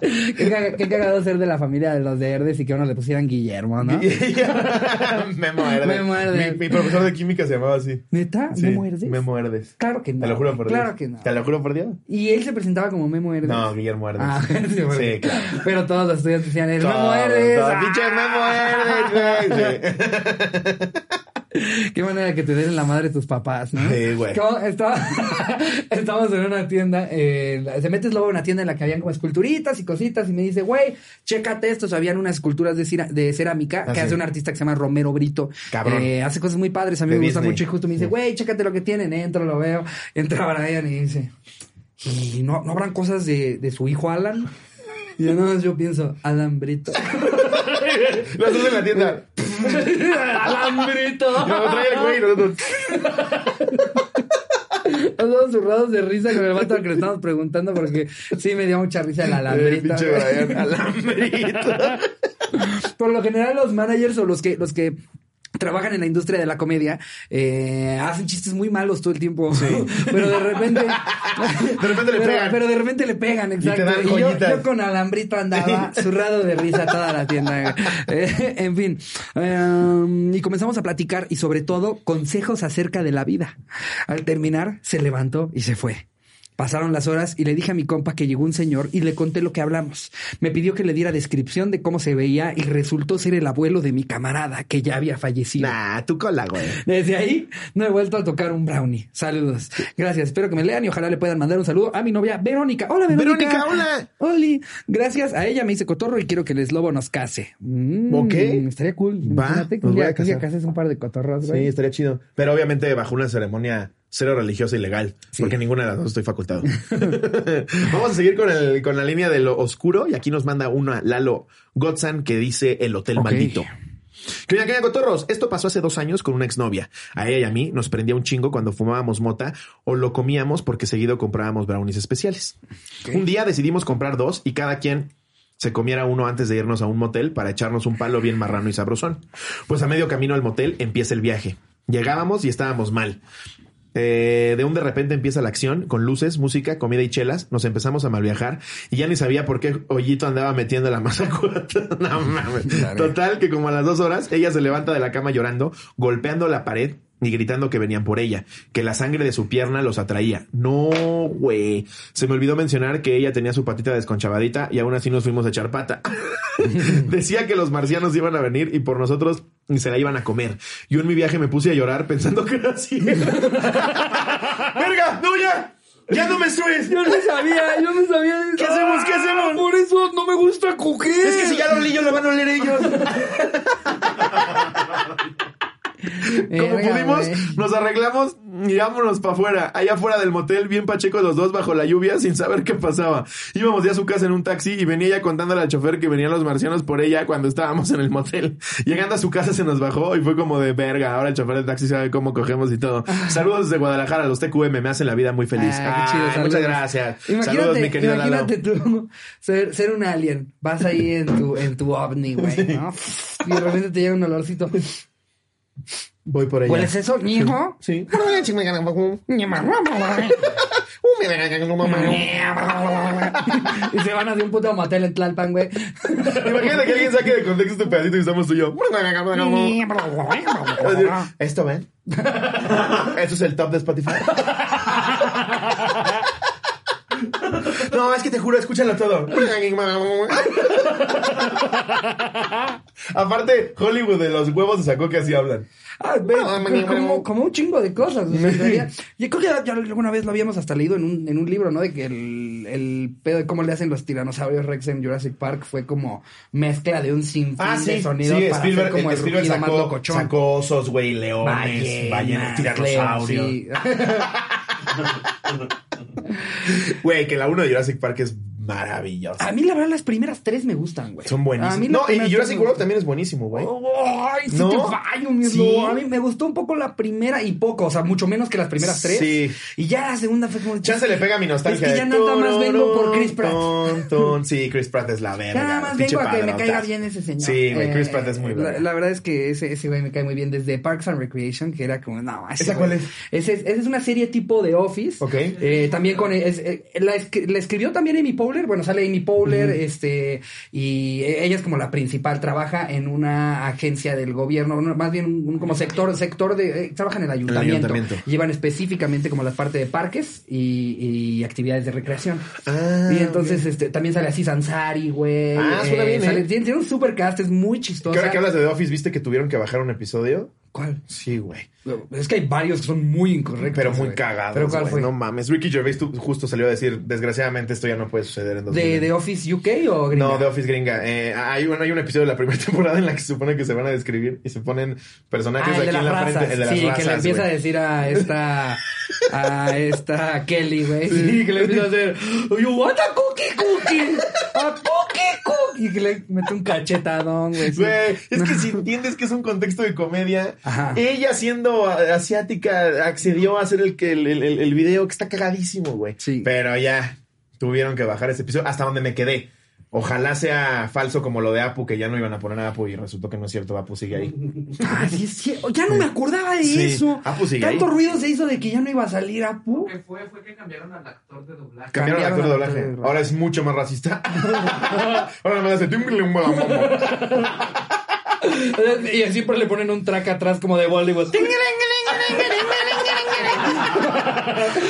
S2: Qué caga- qué cagado ser de la familia de los de Herdes y que a uno le pusieran Guillermo, *laughs* ¿no?
S1: *laughs* me muerde.
S2: Me muerde.
S1: Mi, mi profesor de química se llamaba así.
S2: ¿Neta?
S1: Sí,
S2: ¿Me muerdes?
S1: Me muerdes.
S2: Claro que no.
S1: Te lo juro por
S2: Claro
S1: Dios.
S2: que no.
S1: ¿Te lo juro por Dios?
S2: Y él se presentaba como Memo Herdes.
S1: No, Guillermo Herdes.
S2: Ah, *laughs* sí,
S1: sí,
S2: porque-
S1: claro.
S2: Pero todos los estudiantes decían, el Memo
S1: Todo,
S2: Herdes.
S1: todo.
S2: ¡ah!
S1: Pinche Memo Herdes, güey. Sí.
S2: Qué manera que te den la madre tus papás, ¿no?
S1: Sí, güey.
S2: Como estaba- *laughs* estábamos en una tienda, eh, se metes luego en una tienda en la que habían como esculturitas y cositas y me dice, güey, chécate estos, habían unas esculturas de, cera- de cerámica
S1: Ah,
S2: que
S1: sí.
S2: hace un artista que se llama Romero Brito.
S1: Cabrón.
S2: Eh, hace cosas muy padres, a mí
S1: De
S2: me gusta
S1: Disney.
S2: mucho y justo me dice,
S1: Sí.
S2: güey, chécate lo que tienen, entro, lo veo, entra Brian y dice, ¿y no, no habrán cosas de, de su hijo Alan? Y yo nada más yo pienso, Alan
S1: *laughs*
S2: Brito.
S1: Los dos en
S2: *laughs*
S1: la tienda.
S2: Alan *laughs* Brito.
S1: Yo traía el güey y nosotros.
S2: Todos zurrados de risa con el vato al que le estamos preguntando porque sí me dio mucha risa
S1: *laughs*
S2: el
S1: Eh,
S2: alambrito.
S1: pinche Brian, alambrito.
S2: *laughs* Por lo general los managers o los que los que trabajan en la industria de la comedia eh, hacen chistes muy malos todo el tiempo *laughs* pero de repente
S1: *laughs* De repente le
S2: pero,
S1: pegan.
S2: pero de repente le pegan exacto
S1: dan
S2: yo- yo,
S1: joyitas.
S2: con alambrito
S1: *laughs*
S2: andaba zurrado de risa toda la tienda Eh, en fin em, y comenzamos a platicar y sobre todo consejos acerca de la vida al terminar se levantó y se fue Pasaron las horas y le dije a mi compa que llegó un señor y le conté lo que hablamos. Me pidió que le diera descripción de cómo se veía y resultó ser el abuelo de mi camarada que ya había fallecido.
S1: Nah, tu cola, güey.
S2: Desde ahí no he vuelto a tocar un brownie. Saludos. Gracias. Espero que me lean y ojalá le puedan mandar un saludo a mi novia Verónica. Hola, Verónica.
S1: Verónica, hola.
S2: Oli. Gracias. A ella me hice cotorro y quiero que el eslobo nos case. Mm,
S1: Ok.
S2: Estaría cool.
S1: Va,
S2: Imagínate que
S1: nos
S2: un
S1: voy
S2: día,
S1: a
S2: que un día
S1: casar.
S2: cases un par de cotorros,
S1: Sí,
S2: güey.
S1: estaría chido. Pero obviamente bajo una ceremonia cero religiosa y legal,
S2: Sí.
S1: porque ninguna de las dos estoy facultado. *laughs* Vamos a seguir con, el, con la línea de lo oscuro y aquí nos manda una Lalo Gotzan que dice el hotel
S2: Ok.
S1: maldito. Que oigan, que oigan, cotorros, esto pasó hace dos años con una exnovia. A ella y a mí nos prendía un chingo cuando fumábamos mota o lo comíamos porque seguido comprábamos brownies especiales. Un día decidimos comprar dos y cada quien se comiera uno antes de irnos a un motel para echarnos un palo bien marrano y sabrosón. Pues a medio camino al motel empieza el viaje. Llegábamos y estábamos mal. Eh, de un de repente empieza la acción con luces, música, comida y chelas. Nos empezamos a malviajar y ya ni sabía por qué Ollito andaba metiendo la *laughs* masa cuata. No mames.
S2: Claro.
S1: Total, que como a las dos horas, ella se levanta de la cama llorando, golpeando la pared y gritando que venían por ella, que la sangre de su pierna los atraía. No, güey. Se me olvidó mencionar que ella tenía su patita desconchavadita y aún así nos fuimos a echar pata. *laughs* Decía que los marcianos iban a venir y por nosotros se la iban a comer. Yo en mi viaje me puse a llorar pensando que
S2: *laughs*
S1: era así. ¡Verga! ¡No, ya! ¡Ya no me subes!
S2: Yo no sabía, yo no sabía. Ah,
S1: ¿Qué hacemos? ¿Qué hacemos?
S2: Por eso no me gusta coger.
S1: Es que si ya lo olí yo, lo van a oler ellos. Como
S2: Verga,
S1: pudimos,
S2: Eh, güey.
S1: nos arreglamos y vámonos para afuera. Allá afuera del motel, bien pacheco los dos bajo la lluvia *laughs* sin saber qué pasaba. Íbamos ya a su casa en un taxi y venía ella contándole al chofer que venían los marcianos por ella cuando estábamos en el motel. *laughs* Llegando a su casa se nos bajó y fue como de verga. Ahora el chofer del taxi sabe cómo cogemos y todo. Saludos desde Guadalajara, los TQM me hacen la vida muy feliz.
S2: Ah, qué chido,
S1: Ay,
S2: saludos.
S1: muchas gracias.
S2: Imagínate,
S1: saludos, mi querido Lalo.
S2: imagínate tú ser, ser un alien. Vas ahí en tu, en tu ovni, güey, ¿no? Y de repente te llega un olorcito.
S1: Voy por ella.
S2: ¿Hueles eso, hijo?
S1: Sí.
S2: *laughs* y se van hacia un puto motel en Tlalpan, güey.
S1: *laughs* Imagínate que alguien saque de contexto este pedacito y estamos tú y yo. Voy a decir, Esto ven. Eso es el top de Spotify. No, es que te juro, escúchalo todo. Aparte, Hollywood de los huevos se sacó que así hablan.
S2: Ah, ve, como, como un chingo de cosas. o sea, en realidad. yo creo que ya, ya alguna vez lo habíamos hasta leído en un, en un libro, ¿no? De que el, el pedo de cómo le hacen los tiranosaurios Rex en Jurassic Park fue como mezcla de un sinfín
S1: Ah,
S2: de sonidos para hacer como el,
S1: Spielberg
S2: rugido más locochón.
S1: sacó osos, güey,
S2: Ballenas,
S1: leones, ballenas,
S2: leos,
S1: tiranosaurios.
S2: sí.
S1: Güey, que la 1 de Jurassic Park es maravillosa.
S2: A mí, la verdad, las primeras tres me gustan, güey.
S1: Son
S2: A
S1: buenísimos.
S2: mí las
S1: No, y
S2: primeras
S1: Jurassic
S2: tres me
S1: World también es buenísimo, güey.
S2: Ay, sí
S1: ¿No?
S2: te fallo, mi
S1: Sí.
S2: Slow. A mí me gustó un poco la primera y poco, o sea, mucho menos que las primeras tres.
S1: Sí.
S2: Y ya la segunda fue como.
S1: Chance le pega mi nostalgia.
S2: Es que ya nada más vengo por Chris Pratt.
S1: Ton, ton. Sí, Chris Pratt es la verga.
S2: Ya nada más
S1: pinche
S2: vengo a que me
S1: padrotazo.
S2: caiga bien ese señor.
S1: Sí, güey, Chris
S2: Eh,
S1: Pratt es muy
S2: la,
S1: verga.
S2: la verdad es que ese, ese güey me cae muy bien desde Parks and Recreation, que era como, no, ese
S1: ¿Esa
S2: güey-
S1: cuál es?
S2: Ese es? Esa es una serie tipo de Office.
S1: Ok.
S2: Eh, también con. es- eh, la, escri- la escribió también Amy Powler. Bueno, sale Amy Powler, este. Y e- ella es como la principal. Trabaja en una agencia del gobierno, no, más bien un, un como sector, sector de. eh, trabaja en el ayuntamiento.
S1: ayuntamiento.
S2: Llevan específicamente como la parte de parques y, y actividades de recreación.
S1: Ah,
S2: y entonces, este, también sale así Sansari, güey.
S1: Ah, suena bien,
S2: sale-
S1: ¿eh?
S2: tiene, tiene un super cast, es muy
S1: ¿Qué
S2: chistoso.
S1: ahora que hablas de The Office, viste que tuvieron que bajar un episodio?
S2: ¿Cuál?
S1: Sí, güey.
S2: Es que hay varios que son muy incorrectos.
S1: Pero muy
S2: güey.
S1: cagados.
S2: ¿Pero cuál
S1: güey.
S2: fue?
S1: No mames. Ricky Gervais tú- justo salió a decir, desgraciadamente esto ya no puede suceder en 2000.
S2: ¿De, de Office UK o gringa?
S1: No, The Office gringa. Eh, hay, un, hay un episodio de la primera *laughs* temporada en la que se supone que se van a describir y se ponen personajes
S2: Ah, el
S1: aquí
S2: de las
S1: en la frente.
S2: razas.
S1: El de las
S2: sí, que le
S1: razas,
S2: empieza
S1: güey.
S2: a decir a esta. A esta Kelly, güey. Sí, que le empieza a hacer. You want a cookie cookie. A cookie cookie. Y que le mete un cachetadón, güey. sí.
S1: Güey,
S2: *laughs*
S1: es que si entiendes que es un contexto de comedia,
S2: Ajá.
S1: ella siendo a- asiática accedió a hacer el, que- el, el- el video que está cagadísimo, güey.
S2: Sí.
S1: Pero ya tuvieron que bajar ese episodio hasta donde me quedé. Ojalá sea falso como lo de Apu, que ya no iban a poner a Apu y resultó que no es cierto, Apu sigue ahí.
S2: Ah, sí, es cierto. Ya no me acordaba de
S1: Sí.
S2: eso.
S1: Apu sigue
S2: Tanto
S1: ahí.
S2: ruido se hizo de que ya no iba a salir Apu.
S5: Lo que fue fue que cambiaron al actor de doblaje.
S1: Cambiaron
S2: Cambiaron al
S1: el actor de
S2: actor de
S1: doblaje.
S2: doblaje.
S1: Ahora es mucho
S2: *laughs*
S1: más racista. Ahora me hace... "Tingling-ling-ling-ling-ling".
S2: *laughs* Y siempre le ponen un track atrás como de Bollywood.
S1: *laughs*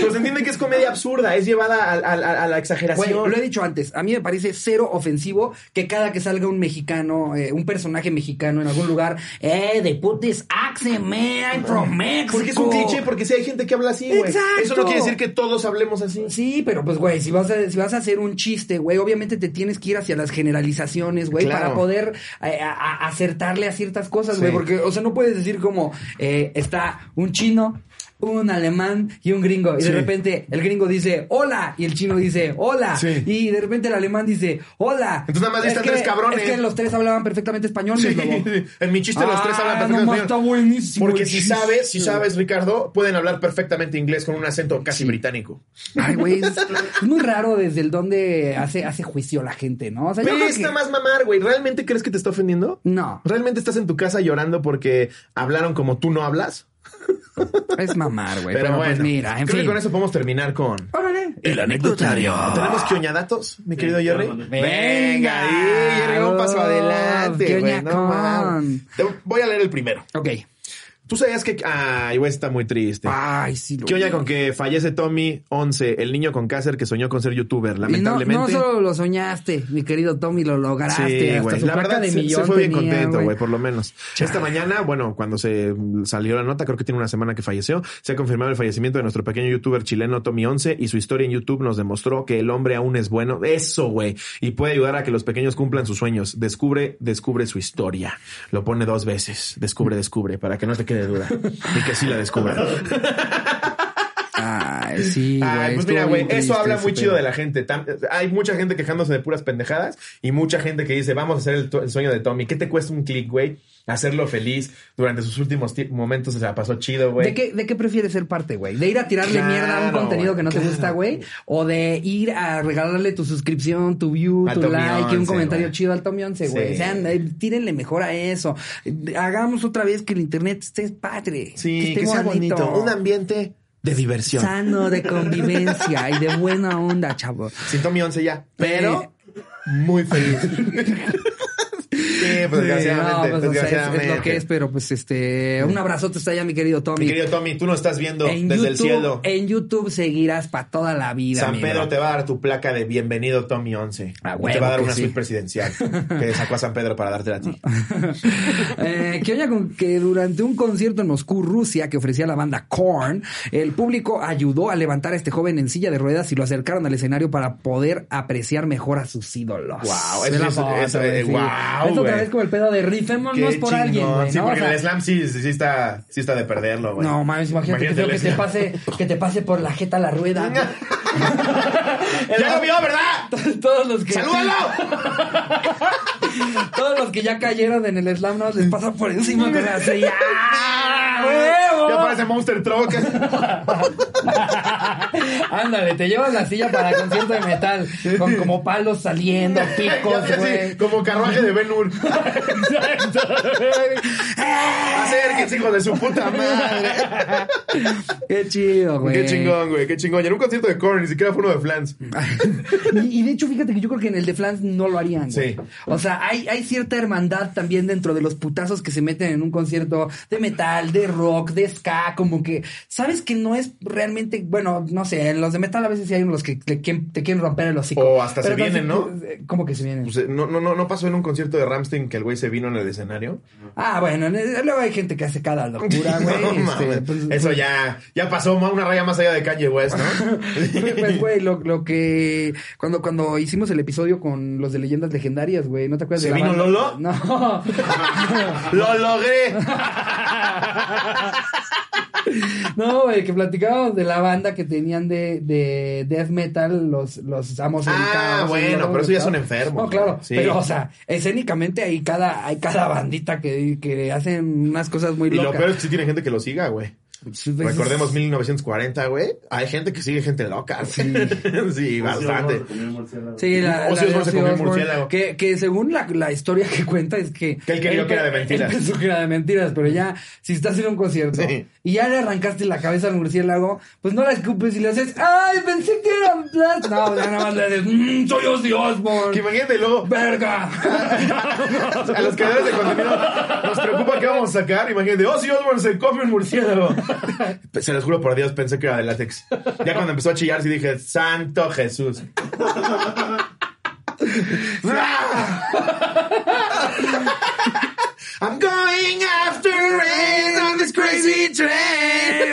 S1: Pues entiende que es comedia absurda, es llevada al- al- a, la
S2: Güey,
S1: exageración.
S2: lo he dicho antes, a mí me parece cero ofensivo que cada que salga un mexicano, eh, un personaje mexicano en algún lugar, eh, they put this accent, man, I'm from Mexico.
S1: Porque es un cliché, porque si hay gente que habla así, güey.
S2: Exacto.
S1: Eso no quiere decir que todos hablemos así.
S2: Sí, pero pues, güey, si vas, a, si vas a hacer un chiste, güey, obviamente te tienes que ir hacia las generalizaciones, güey,
S1: Claro.
S2: para poder eh, a- a- acertarle a ciertas cosas,
S1: Sí.
S2: güey, porque, o sea, no puedes decir como, eh, está un chino, un alemán alemán y un gringo. Y
S6: Sí.
S2: de repente el gringo dice hola y el chino dice hola.
S6: Sí.
S2: Y de repente el alemán dice hola.
S1: Entonces nada más
S2: Es
S1: están
S2: que-
S1: tres cabrones.
S2: Es que los tres hablaban perfectamente español,
S1: Sí,
S2: mis
S1: *laughs*
S2: lobo.
S1: en mi chiste los tres hablan
S2: Ah,
S1: perfectamente
S2: no,
S1: español.
S2: está buenísimo.
S1: Porque
S2: el
S1: si
S2: chiste.
S1: sabes, si sabes, Ricardo, pueden hablar perfectamente inglés con un acento casi británico.
S2: Ay, güey, es, es muy raro desde el donde hace, hace juicio la gente, ¿no? O sea, yo
S1: Pero
S2: creo
S1: está
S2: que-
S1: más mamar, güey. ¿Realmente crees que te está ofendiendo?
S2: No,
S1: ¿Realmente estás en tu casa llorando porque hablaron como tú no hablas?
S2: es mamar, güey.
S1: Pero, bueno,
S2: pues mira, en
S1: creo
S2: fin.
S1: que con eso Eh, podemos terminar con...
S2: Órale.
S1: El anecdotario.
S2: Ah.
S1: ¿Tenemos quioñadatos, mi querido Jerry?
S3: claro.
S2: Venga.
S1: ahí, Jerry, un paso
S2: Oh,
S1: adelante, güey.
S2: quioñacón.
S1: No mames. Te voy a leer el primero.
S2: Ok.
S1: Tú sabías que... Ay, güey, está muy triste.
S2: Ay, sí. Lo
S1: ¿Qué oña con que fallece Tommy 11, el niño con cáncer que soñó con ser youtuber,
S2: Y no,
S1: lamentablemente?
S2: no solo lo soñaste, mi querido Tommy, lo lograste.
S1: Sí,
S2: hasta
S1: güey.
S2: su
S1: La
S2: placa
S1: verdad,
S2: de
S1: se,
S2: millón
S1: se fue bien
S2: tenía,
S1: contento, güey, por lo menos. Esta mañana, bueno, cuando se salió la nota, creo que tiene una semana que falleció, se ha confirmado el fallecimiento de nuestro pequeño youtuber chileno Tommy 11 y su historia en YouTube nos demostró que el hombre aún es bueno. Eso, güey. Y puede ayudar a que los pequeños cumplan sus sueños. Descubre, descubre su historia. Lo pone dos veces. Descubre, descubre, para que no te quede duda. Y que sí
S2: *laughs*
S1: la descubra.
S2: Ay, sí, güey.
S1: Ay, pues
S2: estuvo
S1: mira, güey,
S2: bien
S1: eso
S2: triste
S1: habla
S2: ese
S1: muy chido
S2: pedo.
S1: de la gente. Tam- hay mucha gente quejándose de puras pendejadas y mucha gente que dice, vamos a hacer el, tu- el sueño de Tommy. ¿Qué te cuesta un click, güey? Hacerlo feliz durante sus últimos ti- momentos se la pasó chido, güey.
S2: ¿De qué, ¿De qué prefieres ser parte, güey? ¿De ir a tirarle
S1: Claro,
S2: mierda a un contenido
S1: güey,
S2: que no
S1: claro.
S2: te gusta, güey? ¿O de ir a regalarle tu suscripción, tu view,
S1: Al
S2: tu
S1: Tommy
S2: like y un
S1: 11,
S2: comentario
S1: güey.
S2: chido al Tommy 11, güey?
S1: Sí.
S2: O sea, anda, tírenle mejor a eso. Hagamos otra vez que el internet esté padre.
S1: Sí,
S2: esté
S1: que sea bonito. Un ambiente de diversión.
S2: sano de convivencia y de buena onda, chavo.
S1: Sin Tommy 11 ya, pero
S2: *laughs*
S1: muy feliz. sí, pues
S2: No,
S1: desgraciadamente,
S2: pues, o sea, es-
S1: desgraciadamente.
S2: es, lo que es, pero pues este, un abrazote está allá, mi querido Tommy.
S1: Mi querido Tommy, tú nos estás viendo
S2: en
S1: desde el
S2: YouTube,
S1: cielo.
S2: En YouTube seguirás para toda la vida.
S1: San
S2: mi
S1: Pedro
S2: bro.
S1: te va a dar tu placa de bienvenido Tommy 11.
S2: Ah,
S1: te va
S2: huevo
S1: a dar
S2: que
S1: una
S2: sí.
S1: suite presidencial que sacó a San Pedro para dártela a ti.
S2: Eh, que oiga con que durante un concierto en Moscú, Rusia, que ofrecía la banda Korn, el público ayudó a levantar a este joven en silla de ruedas y lo acercaron al escenario para poder apreciar mejor a sus ídolos.
S1: Guau,
S2: Ve
S1: eso
S2: la
S1: es- eso es-
S2: güey,
S1: guau,
S2: Es otra
S1: güey.
S2: vez como el pedo de rifémonos
S1: Qué
S2: por alguien,
S1: chingón.
S2: güey,
S1: Sí,
S2: ¿no? O
S1: porque
S2: sea,
S1: el slam sí, sí, sí está, sí está de perderlo, güey.
S2: no, mames, imagínate, que,
S1: el
S2: que te
S1: slam.
S2: pase, que te pase por la jeta la
S1: *laughs*
S2: rueda. güey.
S1: ¡Ya lo vio, verdad!
S2: *laughs* Todos los que
S1: ¡Salúdalo!
S2: *laughs* todos los que ya cayeron en el slam no les pasa por encima con la silla.
S1: *laughs*
S2: ¡Ah, huevo!
S1: Ya parece Monster Truck.
S2: *laughs* Ándale, te llevas la silla para concierto de metal, con como palos
S1: *laughs*
S2: saliendo, picos,
S1: Ya, ya,
S2: güey.
S1: sí, como carruaje de Ben Hur. Acérquense, hijos de su puta madre.
S2: *laughs* Qué chido, güey.
S1: Qué chingón, güey, qué chingón. Y en un concierto de Korn, ni siquiera fue uno de Flans.
S2: *laughs* Y, y de hecho, fíjate que yo creo que en el de Flans no lo harían. güey.
S1: Sí.
S2: O sea, hay, hay cierta hermandad también dentro de los putazos que se meten en un concierto de metal, de rock, de ska, como que, ¿sabes que no es realmente, bueno, no sé, en los de metal a veces sí hay unos que te, quieren- te quieren romper el hocico.
S1: O hasta se
S2: casi-
S1: vienen, ¿no?
S2: ¿Cómo que se vienen?
S1: Pues, eh, no, no, no, no pasó en un concierto de Ramstein que el güey se vino en el escenario.
S2: Ah, bueno, eh, luego hay gente que hace cada locura, güey.
S1: *laughs* No,
S2: este,
S1: mames.
S2: pues-
S1: *laughs* Eso ya, ya pasó ma- una raya más allá de Kanye West,
S2: *laughs* Pues,
S1: ¿no?
S2: pues, güey, lo, lo que. Cuando, cuando hicimos el episodio con los de leyendas legendarias, güey, ¿no te acuerdas
S1: ¿Se
S2: de la
S1: vino
S2: banda?
S1: Lolo?
S2: No.
S1: *laughs* ¡Lo logré!
S2: No, güey, que platicábamos de la banda que tenían de, de death metal, los, los amos
S1: Ah,
S2: encaos,
S1: bueno,
S2: los amos
S1: pero eso ya
S2: encaos.
S1: son enfermos,
S2: No, claro.
S1: güey, sí.
S2: Pero, o sea, escénicamente hay cada, hay cada bandita que, que hacen unas cosas muy
S1: Y lo
S2: locas.
S1: peor es que sí tiene gente que lo siga, güey.
S2: Pues, pues,
S1: Recordemos 1940, güey. Hay gente que sigue gente loca. *laughs* Sí,
S2: Pues
S1: sí bastante.
S2: Sí, la,
S1: Ozzy
S2: la de
S1: Osbourne se
S2: Ozzy
S1: comió un
S2: Osbourne,
S1: murciélago.
S2: Que, que según la, la historia que cuenta es que...
S1: Que él creyó que era de mentiras.
S2: *laughs* Él pensó que era de mentiras, pero ya, si estás en un concierto
S1: Sí.
S2: y ya le arrancaste la cabeza al murciélago, pues no la escupes y le haces, ¡ay, pensé que era... plas-". No, ya nada más le haces, "Mm, soy Ozzy
S1: Que
S2: Osbourne,
S1: imagínate luego
S2: verga. *laughs*
S1: *laughs* a los creadores de contenido nos preocupa qué vamos a sacar. Imagínate, Ozzy Osbourne se come un murciélago. *laughs* Se los juro por Dios, pensé que era de látex. Ya cuando empezó a chillar, sí dije, Santo Jesús. *laughs* I'm going after rain on this crazy train.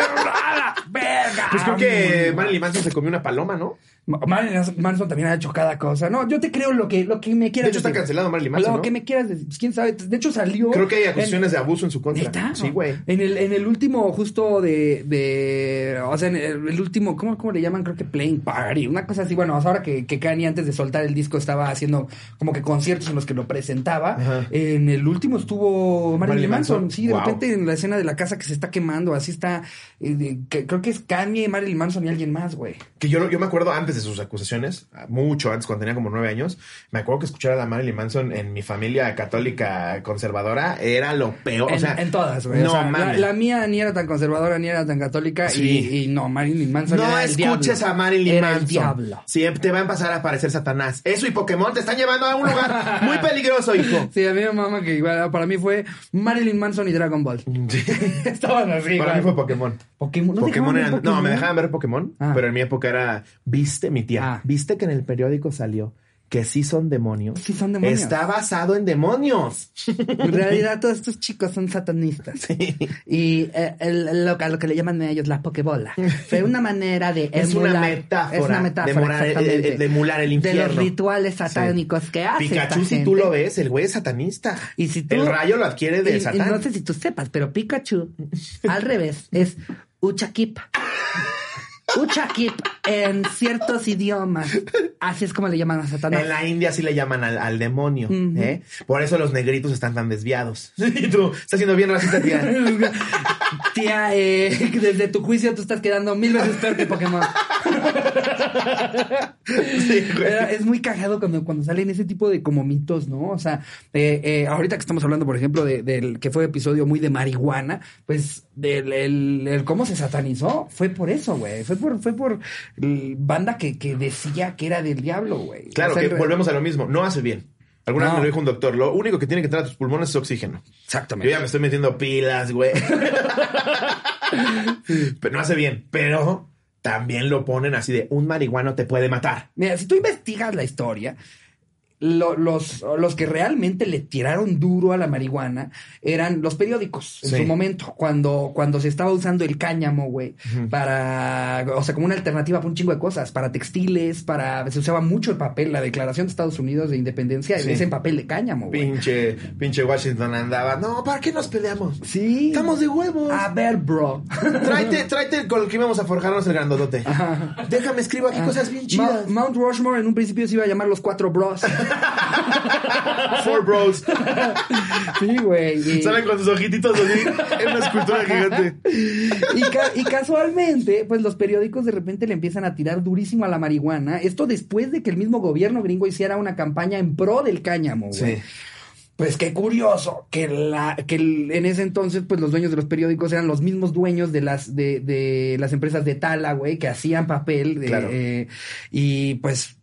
S2: verga.
S3: Pues creo que Marilyn Manson se comió una paloma, ¿no?
S2: Ma- Marilyn Manson también ha hecho cada cosa. No, yo te creo lo que, lo que me
S3: De
S2: quieras
S3: hecho, está
S2: decir.
S3: cancelado Marilyn Manson,
S2: Lo
S3: ¿no?
S2: que me quieras decir. Pues, ¿Quién sabe? De hecho, salió...
S3: Creo que hay
S2: en-
S3: acusaciones de abuso en su contra.
S2: ¿Neta?
S3: Sí, güey.
S2: En el, en el último, justo de, de. O sea, en el, el último, ¿cómo, ¿cómo le llaman? Creo que Playing Party, una cosa así. Bueno, o sea, ahora que, que Kanye antes de soltar el disco estaba haciendo como que conciertos en los que lo presentaba.
S3: Ajá.
S2: En el último estuvo Marilyn,
S3: Marilyn
S2: Manson.
S3: Manson.
S2: Sí, de
S3: Wow.
S2: repente en la escena de la casa que se está quemando, así está. eh, de- que- creo que es Kanye, Marilyn Manson y alguien más, güey.
S3: Que yo, lo- yo me acuerdo antes de sus acusaciones, mucho antes, cuando tenía como nueve años, me acuerdo que escuchar a la Marilyn Manson en mi familia católica conservadora era lo peor. o
S2: En,
S3: sea,
S2: en todas, güey. O
S3: No
S2: sea, la-
S3: mames.
S2: La, mía ni era tan conservadora, ni era tan católica.
S3: Sí.
S2: Y, y no, Marilyn Manson
S3: No
S2: era el
S3: escuches
S2: diablo.
S3: a Marilyn
S2: Era el
S3: Manson.
S2: diablo.
S3: Siempre te va a empezar a aparecer Satanás. Eso y Pokémon te están llevando a un
S2: *laughs*
S3: lugar muy peligroso, hijo.
S2: Sí, a mí me mama que igual, ah, para mí fue Marilyn Manson y Dragon Ball. *laughs* Estaban así.
S3: Para
S2: güey.
S3: mí fue Pokémon.
S2: Pokémon. ¿No
S3: Pokémon
S2: dejaban ver
S3: eran- No, me dejaban ver Pokémon,
S2: Ah.
S3: pero en mi época era. Viste, mi tía.
S2: Ah.
S3: Viste que en el periódico salió que sí son demonios.
S2: Sí son demonios.
S3: Está basado en demonios.
S2: En realidad, todos estos chicos son satanistas. Y eh, el- lo, a lo que le llaman a ellos la Pokébola. Fue una manera de.
S3: Es una
S2: emular-
S3: metáfora
S2: Es una
S3: de
S2: metáfora.
S3: emular el-
S2: exactamente.
S3: el- de emular el
S2: De
S3: infierno.
S2: los rituales satánicos que hacen.
S3: Pikachu, si tú lo ves, el güey es satanista.
S2: Y si tú-
S3: El rayo lo adquiere de
S2: Y- y
S3: Satán.
S2: no sé si tú sepas, pero Pikachu, al revés, es Uchakip. Uchakip en ciertos idiomas. Así es como le llaman a Satanás.
S3: En la India sí le llaman al, al demonio.
S2: Ujú.
S3: ¿eh? Por eso los negritos están tan desviados. *laughs* Y tú estás siendo bien
S2: *laughs*
S3: racista, tía.
S2: Tía, eh, desde tu juicio tú estás quedando mil veces peor que Pokémon.
S3: *laughs* Sí, güey.
S2: Era- es muy cagado cuando, cuando salen ese tipo de como mitos, ¿no? O sea, eh, eh, ahorita que estamos hablando, por ejemplo, de- del que fue episodio muy de marihuana, pues del el- el cómo se satanizó fue por eso, güey. Fue por, fue por eh, banda que, que decía que era del diablo, güey.
S3: Claro,
S2: O sea,
S3: que
S2: en-
S3: volvemos a lo mismo. No hace bien. Alguna vez
S2: No.
S3: me lo dijo un doctor. Lo único que tiene que entrar a tus pulmones es oxígeno. Yo
S2: Exactamente.
S3: ya me estoy metiendo
S2: *laughs*
S3: pilas, güey. pero no hace bien. Pero también lo ponen así de un marihuano te puede matar.
S2: Mira, si tú investigas la historia, lo- los, los que realmente le tiraron duro a la marihuana eran los periódicos en
S3: Sí.
S2: su momento, cuando, cuando se estaba usando el cáñamo, güey, para, o sea, como una alternativa para un chingo de cosas, para textiles, para, se usaba mucho el papel, la declaración de Estados Unidos de independencia
S3: Sí.
S2: es en papel de cáñamo, güey.
S3: Pinche, pinche Washington andaba. No, ¿para qué nos peleamos?
S2: Sí.
S3: Estamos de huevos.
S2: A ver, bro.
S3: Tráete, tráete con el que íbamos a forjarnos el grandote. Déjame escribo aquí cosas bien
S2: Ah. Ma-
S3: chidas.
S2: Mount Rushmore en un principio se iba a llamar los cuatro
S3: *laughs*
S2: bros.
S3: Four bros.
S2: sí, güey. y-
S3: Salen con sus ojititos así en una escultura gigante.
S2: y, ca- y casualmente, pues los periódicos de repente le empiezan a tirar durísimo a la marihuana. Esto después de que el mismo gobierno gringo hiciera una campaña en pro del cáñamo, güey.
S3: Sí.
S2: Pues qué curioso que la que el- en ese entonces pues los dueños de los periódicos eran los mismos dueños de las de, de las empresas de tala, güey, que hacían papel de,
S3: Claro.
S2: eh, y pues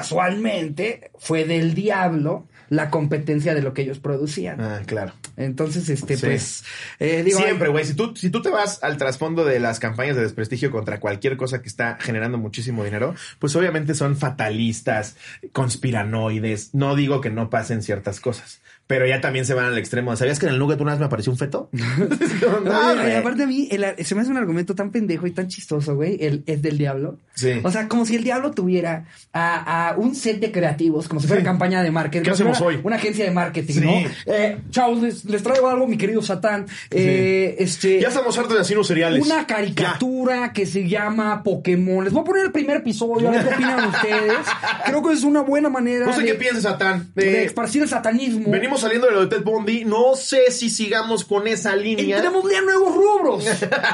S2: casualmente fue del diablo la competencia de lo que ellos producían.
S3: Ah, claro.
S2: Entonces, este,
S3: Sí.
S2: pues, eh, digo,
S3: Siempre, güey. Si tú, si tú te vas al trasfondo de las campañas de desprestigio contra cualquier cosa que está generando muchísimo dinero, pues obviamente son fatalistas, conspiranoides. No digo que no pasen ciertas cosas, pero ya también se van al extremo. ¿Sabías que en el nugget una vez me apareció un feto? No,
S2: No, güey,
S3: güey.
S2: aparte a mí, el ar- se me hace un argumento tan pendejo y tan chistoso, güey. El es del diablo.
S3: Sí.
S2: O sea, como si el diablo tuviera a, a un set de creativos, como si fuera campaña de marketing.
S3: ¿Qué
S2: como si
S3: hacemos
S2: fuera
S3: hoy?
S2: Una agencia de marketing,
S3: Sí.
S2: ¿no? Eh, chavos, les, les traigo algo, mi querido Satán. Eh, Este.
S3: Ya estamos hartos de asinos cereales.
S2: Una
S3: Ya.
S2: caricatura que se llama Pokémon. Les voy a poner el primer episodio, a ver qué
S3: *laughs*
S2: opinan ustedes. Creo que es una buena manera
S3: No sé
S2: de,
S3: qué piensas, Satán.
S2: de
S3: Eh,
S2: esparcir el satanismo.
S3: venimos saliendo de lo de Ted Bundy. No sé si sigamos con esa línea.
S2: Entremos ya nuevos
S3: *laughs*
S2: rubros.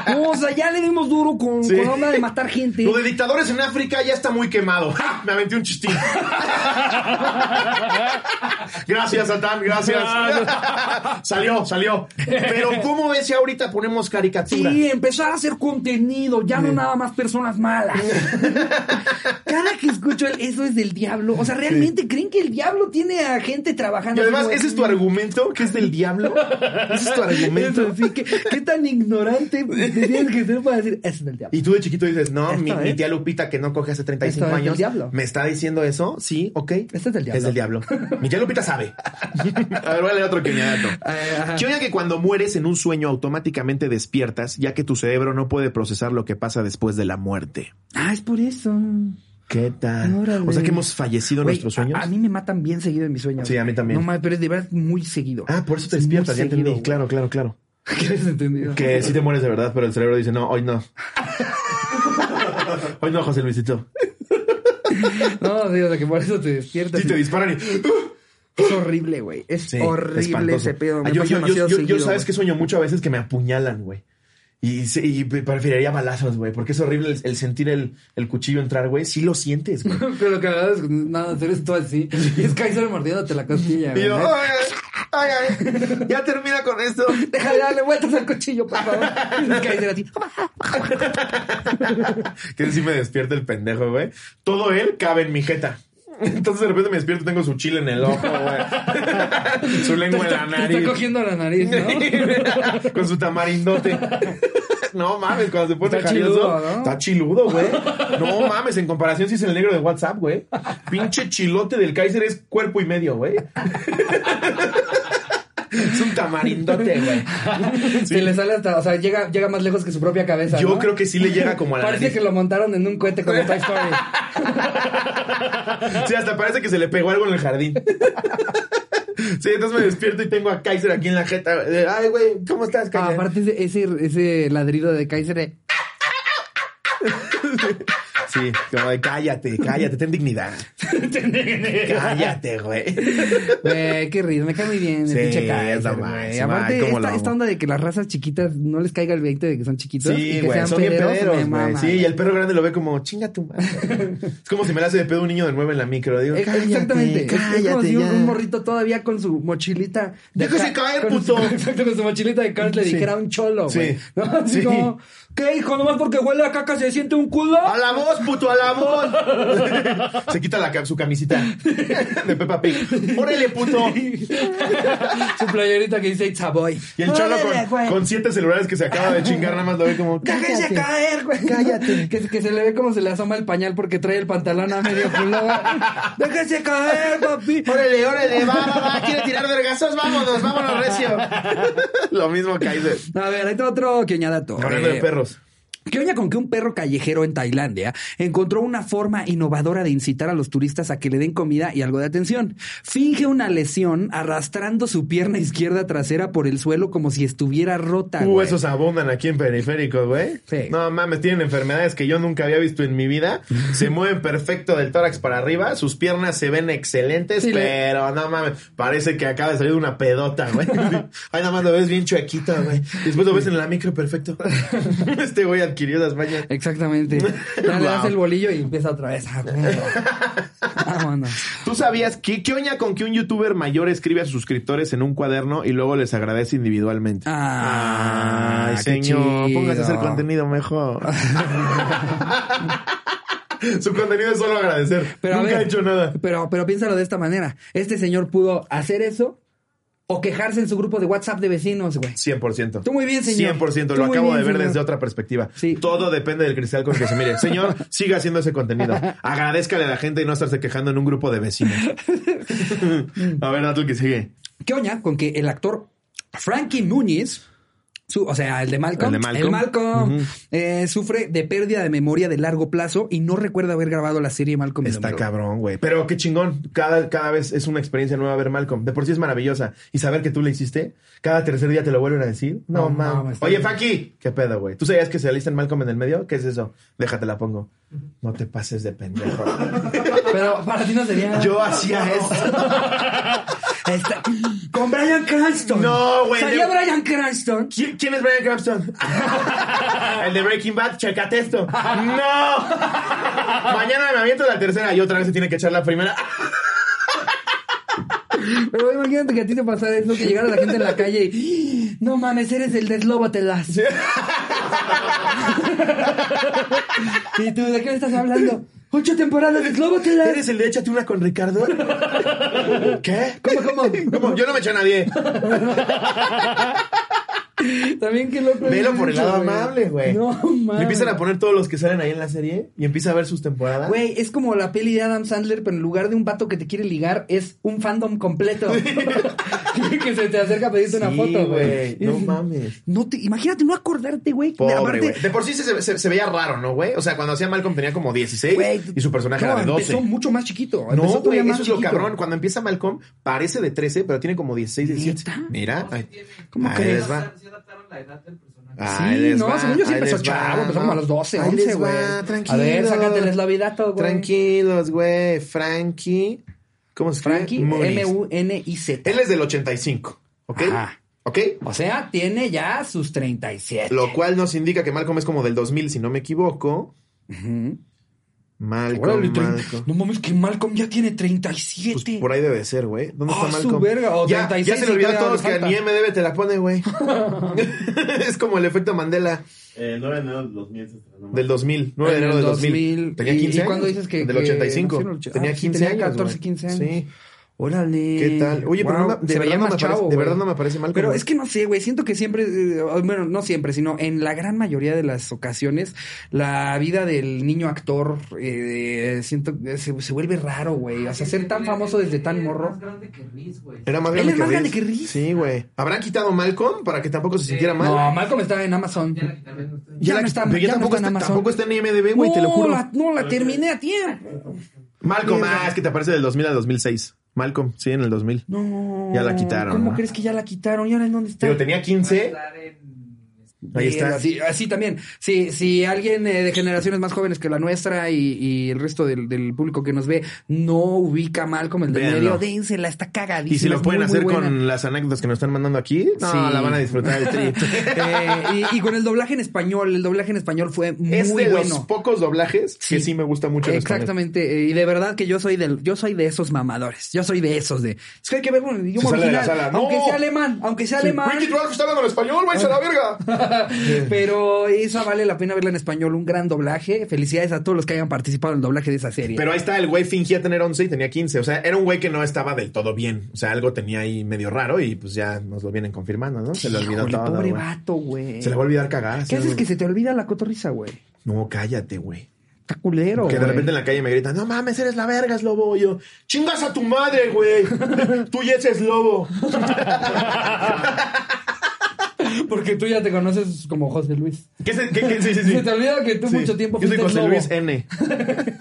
S2: No, o sea, ya le dimos duro con,
S3: Sí.
S2: con onda de matar gente.
S3: Lo de dictadores en África ya está muy quemado. *laughs* ¡Ja! Me aventé un chistín. gracias, Satán,
S2: *laughs*
S3: gracias. salió, salió. Pero, ¿cómo ves si ahorita ponemos caricatura?
S2: Sí, empezar a hacer contenido, ya no nada más personas
S3: *laughs*
S2: malas. Cada que escucho el, eso es del diablo. O sea, ¿realmente creen que el diablo tiene a gente
S3: Y
S2: trabajando?
S3: además,
S2: así como-
S3: ¿ese es tu argumento? ¿Que es del diablo? ¿Ese es tu argumento?
S2: *laughs* Eso sí, ¿qué, qué tan
S3: *laughs*
S2: ignorante te tienes que ser para decir, eso es del diablo.
S3: Y tú de chiquito dices, no,
S2: Esto
S3: mi,
S2: es.
S3: mi tía Lupita que no coge hace 35
S2: Esto es del
S3: años
S2: diablo.
S3: me está diciendo eso? Sí, ok.
S2: Este es del diablo.
S3: Es del diablo. Miguel Lupita sabe. A ver, voy a leer otro quiñadato.
S2: Eh, ajá.
S3: Yo ya que cuando mueres en un sueño automáticamente despiertas, ya que tu cerebro no puede procesar lo que pasa después de la muerte.
S2: Ah, es por eso.
S3: ¿Qué tal?
S2: Órale.
S3: O sea que hemos fallecido en
S2: Güey,
S3: nuestros sueños.
S2: A, a mí me matan bien seguido en mis sueños.
S3: Sí, a mí también.
S2: No mames, pero es de verdad muy seguido.
S3: ah, por eso te
S2: Es muy
S3: despiertas, ya
S2: seguido,
S3: entendí.
S2: güey.
S3: Claro, claro, claro.
S2: *laughs* ¿Qué has entendido?
S3: Que sí te mueres de verdad, pero el cerebro dice, no, hoy *laughs* no. hoy no, José Luisito.
S2: No, digo, de que por eso te despiertas.
S3: Sí te
S2: y-
S3: disparan y...
S2: Es horrible, güey. Es
S3: Sí,
S2: horrible
S3: espantoso.
S2: ese pedo. Me
S3: Ah, yo,
S2: pasa
S3: yo- yo-
S2: demasiado
S3: yo- yo
S2: seguido,
S3: sabes
S2: güey.
S3: que sueño mucho a veces que me apuñalan, güey. Y, se- y pre- preferiría balazos, güey, porque es horrible el, el sentir el, el cuchillo entrar, güey. Sí lo sientes, güey. *laughs*
S2: *laughs* Pero lo que hagas, nada, tú eres todo así. Y es Kaiser mordiéndote la costilla.
S3: Y yo,
S2: ¿verdad?
S3: ay, ay, ay, ya termina con esto.
S2: Deja de darle vueltas al cuchillo, por favor. Y Kaiser así. "Oh,
S3: que si me despierta el pendejo, güey. Todo él cabe en mi jeta. *laughs* Entonces de repente me despierto y tengo su chile en el ojo, güey. su
S2: Te
S3: lengua en
S2: está,
S3: la
S2: te está
S3: nariz.
S2: cogiendo la nariz,
S3: *laughs*
S2: ¿no?
S3: con su tamarindote. *laughs* No mames, cuando se pone
S2: Está
S3: jarioso,
S2: chiludo, ¿no?
S3: Está chiludo, güey.
S2: *laughs*
S3: No mames, en comparación si es el negro de WhatsApp, güey. Pinche chilote del Kaiser es cuerpo y medio, güey. *laughs* Es un tamarindote, güey.
S2: Se le sale hasta, o sea, llega, llega más lejos que su propia cabeza.
S3: Yo
S2: ¿no?
S3: creo que sí le llega como a la
S2: Parece
S3: nariz.
S2: que lo montaron en un cohete como Toy
S3: *laughs*
S2: Story. Ah,
S3: Sí, hasta parece que se le pegó algo en el jardín. *laughs* Sí, entonces me despierto y tengo a Kaiser aquí en la jeta. güey. De, Ay, güey, ¿cómo estás,
S2: Ah,
S3: Kaiser?
S2: aparte ese, ese, ese ladrido de Kaiser de, *laughs* Ah,
S3: Sí, como de cállate, cállate, ten
S2: *laughs*
S3: dignidad. Cállate, güey.
S2: Güey, qué rido, me cae muy bien el
S3: Sí,
S2: pinche
S3: es
S2: Kaiser,
S3: lo
S2: güey.
S3: máximo,
S2: Aparte,
S3: ay, cómo
S2: esta,
S3: lo amo.
S2: esta onda de que las razas chiquitas no les caiga el 20 de que son chiquitos y
S3: Sí,
S2: que
S3: güey,
S2: sean
S3: son bien
S2: pederos, me
S3: pederos, güey.
S2: mama,
S3: Sí, y
S2: güey.
S3: el perro grande lo ve como, chinga tu madre.
S2: *laughs*
S3: es como si me la hace de pedo un niño de nueve en la micro. Digo,
S2: Eh,
S3: cállate,
S2: Exactamente. Es-
S3: cállate
S2: es como si un,
S3: ya.
S2: un morrito todavía con su mochilita.
S3: Déjese
S2: ca-
S3: caer,
S2: con su-
S3: puto.
S2: *laughs* exacto, con su mochilita de cartas le
S3: Sí.
S2: dijera a un cholo,
S3: Sí.
S2: güey. ¿No? Así
S3: Sí.
S2: como, ¿qué hijo? Nomás porque huele a caca se siente un culo.
S3: ¡A la voz, puto, a la voz! *laughs* Se quita la, ca- su camisita de Peppa Pig. ¡Órale, puto!
S2: *laughs* su playerita que dice It's a boy.
S3: Y el cholo
S2: Órale,
S3: con,
S2: güey.
S3: con siete celulares que se acaba de chingar, nada más lo ve como,
S2: Déjese
S3: "Cállate".
S2: caer, güey. Cállate. Que, que se le ve como se le asoma el pañal porque trae el pantalón a medio culo. güey. Déjese caer, papi.
S3: Órale, órale, va, va, va, quiere tirar vergazos, vámonos, vámonos, recio. *laughs* Lo mismo Kaiser.
S2: A ver, ahí está otro queñadato.
S3: Hablando de
S2: Eh,
S3: perros.
S2: ¿Qué oña con que un perro callejero en Tailandia encontró una forma innovadora de incitar a los turistas a que le den comida y algo de atención? Finge una lesión arrastrando su pierna izquierda trasera por el suelo como si estuviera rota.
S3: Uh,
S2: güey.
S3: esos abundan aquí en periféricos, güey.
S2: Sí.
S3: No mames, tienen enfermedades que yo nunca había visto en mi vida. Se mueven perfecto del tórax para arriba, sus piernas se ven excelentes,
S2: Sí, le-
S3: pero no mames, parece que acaba de salir una pedota,
S2: *laughs*
S3: güey. Ay, nada más lo ves bien chuequito, güey. Después lo ves en la micro perfecto.
S2: *laughs*
S3: Este güey adquirió las mañas.
S2: Exactamente. Ya Le
S3: Wow.
S2: das el bolillo y empieza otra vez. Ah,
S3: *laughs*
S2: bueno. Vámonos.
S3: ¿Tú sabías que, qué oña con que un youtuber mayor escribe a sus suscriptores en un cuaderno y luego les agradece individualmente?
S2: Ah,
S3: Ay,
S2: qué
S3: señor,
S2: chido.
S3: póngase a hacer contenido mejor. *laughs* Su contenido es solo agradecer.
S2: Pero a
S3: Nunca
S2: ver,
S3: ha hecho nada.
S2: Pero, pero piénsalo de esta manera. Este señor pudo hacer eso o quejarse en su grupo de WhatsApp de vecinos, güey.
S3: 100%.
S2: Tú muy bien, señor.
S3: 100%,
S2: Tú
S3: lo
S2: muy
S3: acabo
S2: bien,
S3: de ver
S2: señor.
S3: desde otra perspectiva.
S2: Sí.
S3: Todo depende del cristal con que se mire. Señor, siga haciendo ese contenido. Agradezcale a la gente y no estarse quejando en un grupo de vecinos. a ver, dato que sigue.
S2: ¿Qué oña con que el actor Frankie Núñez, su- o sea, el de Malcolm,
S3: El de Malcolm.
S2: Malcolm,
S3: Ujú.
S2: eh, sufre de pérdida de memoria de largo plazo y no recuerda haber grabado la serie Malcolm? el
S3: Está
S2: número
S3: cabrón, güey. Pero qué chingón. Cada, cada vez es una experiencia nueva ver Malcolm. De por sí es maravillosa. Y saber que tú le hiciste, cada tercer día te lo vuelven a decir. No,
S2: No
S3: mames.
S2: mames,
S3: Oye,
S2: está
S3: Faki, ¿qué pedo, güey? ¿Tú sabías que se alista en Malcolm en el medio? ¿Qué es eso? Déjate la pongo. No te pases de pendejo.
S2: uno. Pero para ti no sería.
S3: *laughs* Yo hacía esto.
S2: Está- Con Brian Cranston.
S3: No, güey,
S2: Salía
S3: de-
S2: Brian Cranston.
S3: ¿Qui- ¿Quién es Brian *laughs* Cranston? El de Breaking Bad, checate esto. *laughs* ¡No! Mañana me aviento la tercera y otra vez se tiene que echar la primera.
S2: Pero imagínate que a ti te pasara eso, que llegara la gente en la calle y. No mames, eres el de Slobatelas. *laughs* ¿Y tú de qué me estás hablando? Ocho temporadas de Slobatelas.
S3: ¿Eres el de échate una con Ricardo? *laughs* ¿Qué?
S2: *laughs* ¿Cómo, cómo?
S3: ¿Cómo? Yo no me eché a nadie.
S2: También qué loco. es
S1: Velo
S2: eso,
S1: por el
S2: güey.
S1: lado amable, güey.
S2: No mames.
S1: Le empiezan a poner todos los que salen ahí en la serie y empieza a ver sus temporadas.
S2: Güey, es como la peli de Adam Sandler, pero en lugar de un vato que te quiere ligar, es un fandom completo. *laughs* que se te acerca a pedirte una
S1: Sí,
S2: foto, güey.
S1: güey, *laughs* no mames.
S2: No te, imagínate no acordarte, güey. de-
S1: Pobre,
S2: aparte-
S1: güey. De por sí se, se- se veía raro, ¿no, güey? O sea, cuando hacía Malcolm tenía como 16
S2: Güey,
S1: y su personaje
S2: no,
S1: era de 12.
S2: Empezó mucho más chiquito.
S1: No,
S2: empezó
S1: güey,
S2: todavía
S1: eso
S2: más
S1: es lo
S2: chiquito.
S1: cabrón. Cuando empieza Malcolm, parece de 13, pero tiene como 16, 17.
S2: ¿Neta?
S1: Mira, ahí,
S2: ¿Cómo
S1: ahí
S2: crees?
S1: les va.
S5: Se adaptaron la edad del personaje.
S1: Ah,
S2: Sí,
S1: ahí les
S2: no,
S1: va,
S2: según yo sí
S1: ahí
S2: empezó
S1: les
S2: chavo,
S1: va,
S2: empezó como a los 12,
S1: Ahí
S2: 11,
S1: les
S2: güey.
S1: va,
S2: A
S1: tranquilos.
S2: ver, sácate el eslavitato, güey.
S1: Tranquilos, güey. Frankie. ¿Cómo se escribe?
S2: Frankie,
S1: Muniz.
S2: M-U-N-I-Z.
S1: Él es del 85, ¿ok?
S2: Ajá.
S1: ¿Ok?
S2: O sea, tiene ya sus 37.
S1: Lo cual nos indica que Malcolm es como del 2000, si no me equivoco.
S2: Ujú.
S1: Malcolm,
S2: Órale, trein-
S1: Malcolm.
S2: No mames, que Malcolm ya tiene 37.
S1: Pues por ahí debe de ser, güey. ¿Dónde
S2: Ah,
S1: está
S2: su
S1: Malcolm?
S2: verga, o
S1: ya,
S2: 36
S1: ya se le
S2: y
S1: olvidó a
S2: todavía
S1: todos
S2: le
S1: que
S2: falta.
S1: ni MDB te la pone, güey. es como el efecto Mandela
S3: El 9 de enero del 2000 se estrenó.
S1: del 2000, 9 de
S2: En
S1: enero
S2: el
S1: del 2000.
S2: 2000.
S1: Tenía
S2: ¿Y-
S1: 15
S2: y
S1: años.
S2: cuándo dices que-
S1: Del
S2: que
S1: 85.
S2: nació en el och-
S1: tenía
S2: ah, sí,
S1: 15
S2: tenía
S1: años.
S2: 14,
S1: güey.
S2: 15 años.
S1: Sí.
S2: Órale.
S1: ¿Qué tal? Oye, pero no me- de
S2: se
S1: verdad
S2: veía
S1: no me
S2: más
S1: parece-
S2: chavo,
S1: de
S2: güey.
S1: verdad no me parece Malcolm,
S2: Pero
S1: güey.
S2: es que no sé, güey. Siento que siempre, eh, bueno, no siempre, sino en la gran mayoría de las ocasiones, la vida del niño actor, eh, siento que se, se vuelve raro, güey. O sea, ser tan famoso desde tan
S5: Es
S2: morro.
S5: más grande que Riz, güey.
S1: Era más
S2: Él
S1: grande,
S2: es más
S1: que,
S2: grande
S1: Riz.
S2: que Riz.
S1: Sí, güey. ¿Habrán quitado Malcolm para que tampoco se sintiera mal?
S2: No, Malcolm está en Amazon.
S5: Ya la quitaron.
S2: Ya, no está,
S1: pero ya
S2: ya no
S1: tampoco,
S2: está en
S1: está,
S2: Amazon.
S1: tampoco está en IMDB, güey, te lo juro.
S2: No, la, no, la terminé a tiempo.
S1: Malcolm,
S2: Mierda.
S1: ah, es que te aparece del 2000 al 2006. Malcolm, sí, en el 2000.
S2: No.
S1: Ya la quitaron,
S2: ¿Cómo
S1: ¿no?
S2: crees que ya la quitaron? ¿Y ahora en dónde está?
S1: Pero tenía
S5: Va a
S1: 15.
S5: estar en-
S2: Bien,
S1: Ahí está.
S2: Así, así ah, también. Si, si alguien eh, de generaciones más jóvenes que la nuestra y, y el resto del, del público que nos ve no ubica mal como el del
S1: Véanlo.
S2: medio, dénsela, está cagadísima.
S1: Y si lo
S2: es
S1: pueden
S2: muy, muy
S1: hacer
S2: buena.
S1: con las anécdotas que nos están mandando aquí, no,
S2: Sí.
S1: la van a disfrutar el trip.
S2: *laughs* *laughs* Eh, y, y con el doblaje en español, el doblaje en español fue muy
S1: es de los
S2: bueno.
S1: pocos doblajes que
S2: Sí.
S1: sí me gusta mucho. en español.
S2: Exactamente, eh, y de verdad que yo soy del, yo soy de esos mamadores, yo soy de esos de es que hay que verlo en el idioma
S1: Se sale de la
S2: original,
S1: sala, ¡no!
S2: aunque sea alemán, aunque sea alemán,
S1: Ricky Trudeau está hablando en español, güey, se la verga.
S2: pero esa vale la pena verla en español, un gran doblaje, felicidades a todos los que hayan participado en el doblaje de esa serie.
S1: Pero ahí está, el güey fingía tener 11 y tenía 15. O sea, era un güey que no estaba del todo bien. O sea, algo tenía ahí medio raro y pues ya nos lo vienen confirmando, ¿no? Se le olvidó
S2: Híjole,
S1: todo.
S2: pobre
S1: güey.
S2: vato, güey.
S1: Se le va a olvidar cagar.
S2: ¿Qué
S1: se
S2: haces
S1: le-
S2: que se te olvida la cotorriza, güey?
S1: No, cállate, güey.
S2: Está culero,
S1: Que de
S2: güey.
S1: repente en la calle me gritan, no mames, eres la vergas, lobo. Y yo, chingas a tu madre, güey. *laughs* Tú ya eres lobo.
S2: *laughs* Porque tú ya te conoces como José Luis.
S1: ¿Qué se, qué- qué- sí, sí, sí.
S2: *laughs* Se te olvida que tú
S1: Sí.
S2: mucho tiempo
S1: Yo soy
S2: fuiste
S1: José
S2: lobo.
S1: Luis eh. N. *laughs*